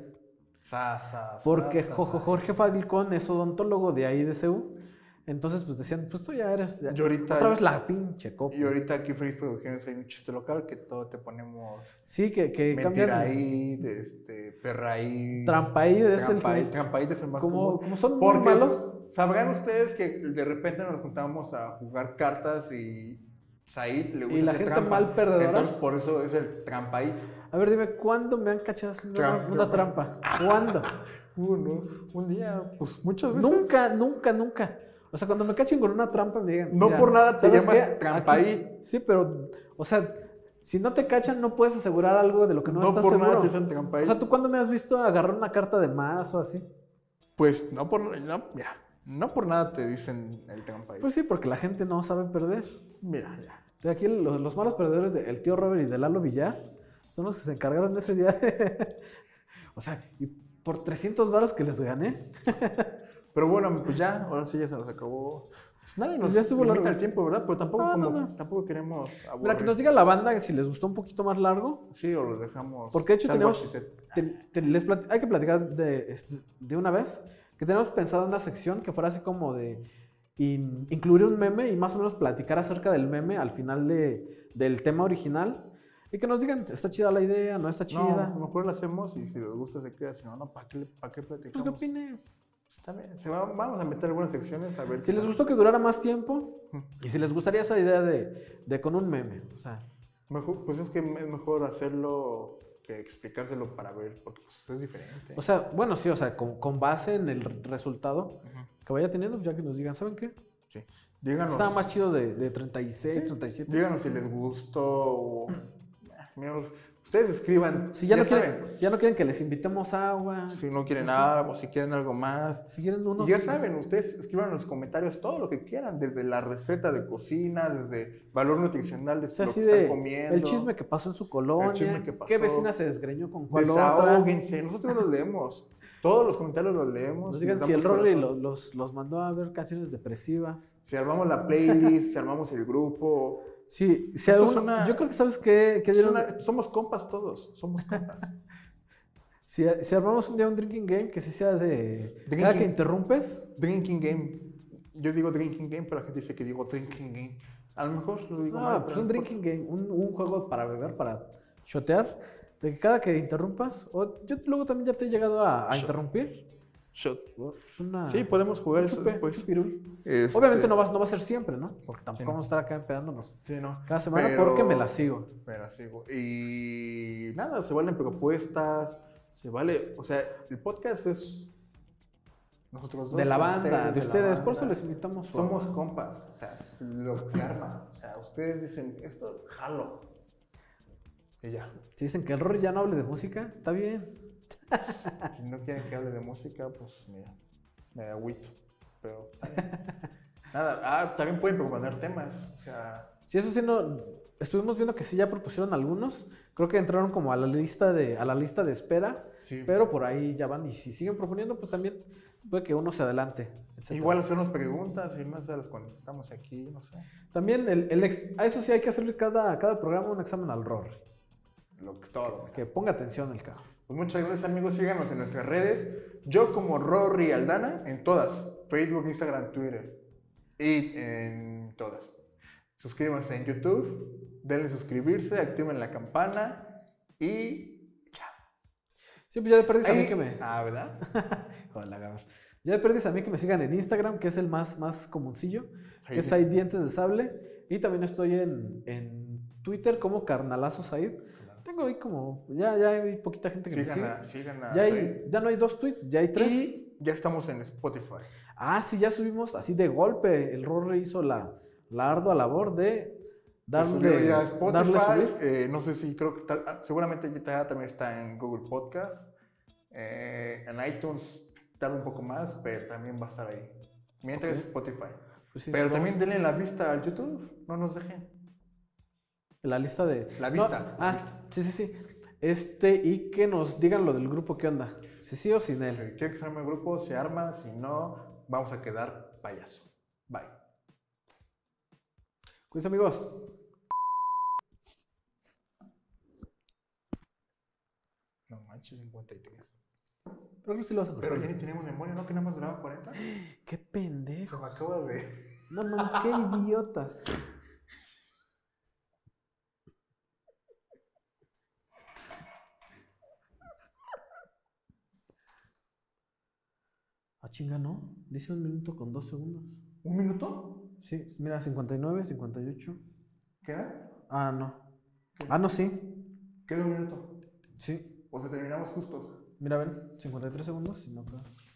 Sa, sa,
Porque
sa, sa,
Jojo-
sa.
Jorge Falcón es odontólogo de ahí de CEU. Entonces, pues decían, pues tú ya eres. ya-
Y ahorita-
Otra vez la pinche copa.
Y ahorita aquí en Feliz Producciones hay un chiste local que todo te ponemos
Sí, que, que cambian.
Mentira ahí, de este, perra ahí.
Trampa ahí es el que
Trampa ahí,
es-
trampa ahí es el más
Como,
común.
como son muy
Porque
malos.
sabrán ustedes que de repente nos juntamos a jugar cartas y Said le gusta
Y la
hacer
gente
trampa.
mal perdedora.
Entonces por eso es el trampa ahí.
A ver, dime, ¿cuándo me han cachado haciendo una,
Trampa.
una trampa? ¿Cuándo? Uh,
Uno, un día, pues muchas veces.
nunca, nunca, nunca. O sea, cuando me cachen con una trampa me digan.
No por nada te
¿sabes
llamas
qué?
trampa
Aquí-
ahí".
Sí, pero, o sea, si no te cachan, no puedes asegurar algo de lo que no,
No
estás
por
seguro.
nada te dicen trampa ahí.
o sea, ¿tú cuándo me has visto agarrar una carta de más o así?
Pues no por, no, mira, no por nada te dicen el trampa ahí.
Pues sí, porque la gente no sabe perder.
mira, ya.
De aquí lo- los, malos perdedores del tío Robert y de Lalo Villar son los que se encargaron de ese día. de- o sea, y por 300 varos que les gané.
Pero bueno, pues ya, ahora sí ya se nos acabó. Pues nadie nos
Pues ya estuvo
limita
largo.
el tiempo, ¿verdad? Pero tampoco,
No, no,
como-
no.
tampoco queremos aburrir.
Mira, que nos diga la banda si les gustó un poquito más largo.
Sí, o los dejamos.
Porque de hecho
Tal
tenemos-
cual, Giselle.
Te- te- les plati- hay que platicar de, este, de una vez que tenemos pensado una sección que fuera así como de in- incluir un meme y más o menos platicar acerca del meme al final de, del tema original y que nos digan, está chida la idea, no está
No,
chida.
a lo mejor la hacemos y si les gusta se queda. Si no, no, ¿para qué, le- para qué platicamos?
Pues qué opinen.
Pues también, se va- vamos a meter algunas secciones a ver
Si
qué
les
tal.
gustó que durara más tiempo y si les gustaría esa idea de, de con un meme, o sea,
Mejor- pues es que es mejor hacerlo que explicárselo para ver, porque pues, es diferente.
o sea, bueno, sí, o sea, con, con base en el resultado
Ujú.
que vaya teniendo, ya que nos digan, ¿saben qué?
Sí. Díganos.
Estaba más chido de, de 36,
Sí.
37.
Díganos si les gustó o. Míralos. Ustedes escriban.
Mm. Si ya, no
saben.
quieren, si ya no quieren que les invitemos agua,
si no quieren nada o si quieren algo más.
si quieren
Y
unos...
ya saben, ustedes escriban en los comentarios todo lo que quieran, desde la receta de cocina, desde valor nutricional,
o
desde
sea,
lo
así
que están
de
comiendo.
el chisme que pasó en su colonia,
chisme que
qué
pasó.
vecina se desgreñó con cuál otra.
Desahóguense, nosotros los leemos. Todos los comentarios los leemos.
Nos
y
digan
les
si el
damos
Rolly
corazón.
lo- los, los mandó a ver canciones depresivas.
Si armamos la playlist, si armamos el grupo.
Sí, si
Esto
alguno-
suena-
yo creo que sabes qué, qué
Es
dieron-
una- somos compas todos, somos compas.
Si, si armamos un día un drinking game que sí sea de cada que
Drinking.
interrumpes,
drinking game. Yo digo drinking game, pero la gente dice que digo drinking game. A lo mejor lo digo
no,
mal.
pues
pero
un
no importa.
drinking game, un, un juego para beber, para shotear, de que cada que interrumpas, o yo luego también ya te he llegado a, a
Shot.
interrumpir
Shot.
Es una-
Sí, podemos jugar
un
eso
chupe,
después.
un pirul.
Este,
Obviamente no va, no va a ser siempre, ¿no? Porque tampoco
no.
vamos a estar acá empedándonos
Sí, no.
cada semana
Pero-
porque me la sigo.
Pero sí, güey. Y nada, se valen propuestas, se vale, o sea, el podcast es nosotros dos.
De la
ustedes,
banda, de
la
ustedes. Por eso
banda.
les invitamos. a-
Somos compas, o sea, es lo que se arma. O sea, ustedes dicen, esto, jalo. Y ya.
Si dicen que el Rory ya no hable de música, está bien.
Si no quieren que hable de música, pues mira, me agüito. Pero está bien. nada, ah, también pueden proponer temas. O sea,
Si eso sí no. Estuvimos viendo que sí ya propusieron algunos. Creo que entraron como a la lista de, a la lista de espera.
sí.
Pero por ahí ya van. Y si siguen proponiendo, pues también puede que uno se adelante. etcétera.
Igual hacernos preguntas y más de las contestamos aquí, no sé.
También el, el ex- a eso sí hay que hacerle cada, a cada programa un examen al Rory.
Lo que todo.
Que ponga atención el carro.
Pues muchas gracias amigos, síganos en nuestras redes. Yo como Rory Aldana en todas, Facebook, Instagram, Twitter y en todas. Suscríbanse en YouTube, denle suscribirse, activen la campana y ya.
Sí, pues ya de perdí a mí
Ahí-
que me.
Ah, ¿verdad?
Joder, la cabrón. Ya de perdí a mí que me sigan en Instagram, que es el más, más comuncillo. que es Said Dientes de Sable. Y también estoy en, en Twitter como Carnalazo Said. Tengo ahí como, ya, ya hay poquita gente que me
Sigan
sigue.
a, sigan a
Ya, hay-
Said.
ya no hay dos tweets, ya hay tres.
Ah, Y ya estamos en Spotify.
Ah, sí, ya subimos así de golpe. El Rory hizo la, la ardua labor de
Darle,
darle,
ya a Spotify,
darle subir.
eh, no sé si creo que tal- ah, seguramente ya también está en Google Podcast. eh, en iTunes tarda un poco más, pero también va a estar ahí. Mientras
Ok.
Spotify.
Pues sí,
pero
vamos.
también denle la vista al YouTube. No nos dejen.
La lista de.
La
No,
vista, la
ah, sí, sí, sí. Este, y que nos digan lo del grupo, ¿qué onda? Si sí o sin él.
Si quiere que se arme el grupo, se arma. Si no, vamos a quedar payaso. Bye.
Cuídense, Pues, amigos.
No manches, 53.
Creo que sí lo vas a
Pero
encontrar.
ya ni tenemos memoria, ¿no? Que nada más graba 40. Se
Qué pendejo.
me acaba de.
No mames, qué idiotas. Ah, chinga, ¿no? Dice un minuto con dos segundos.
¿Un minuto?
Sí, mira, 59, 58.
¿Queda?
Ah, no. Ah, no, sí.
¿Queda un minuto?
Sí.
O sea, terminamos justos.
Mira, ven, 53 segundos y no creo.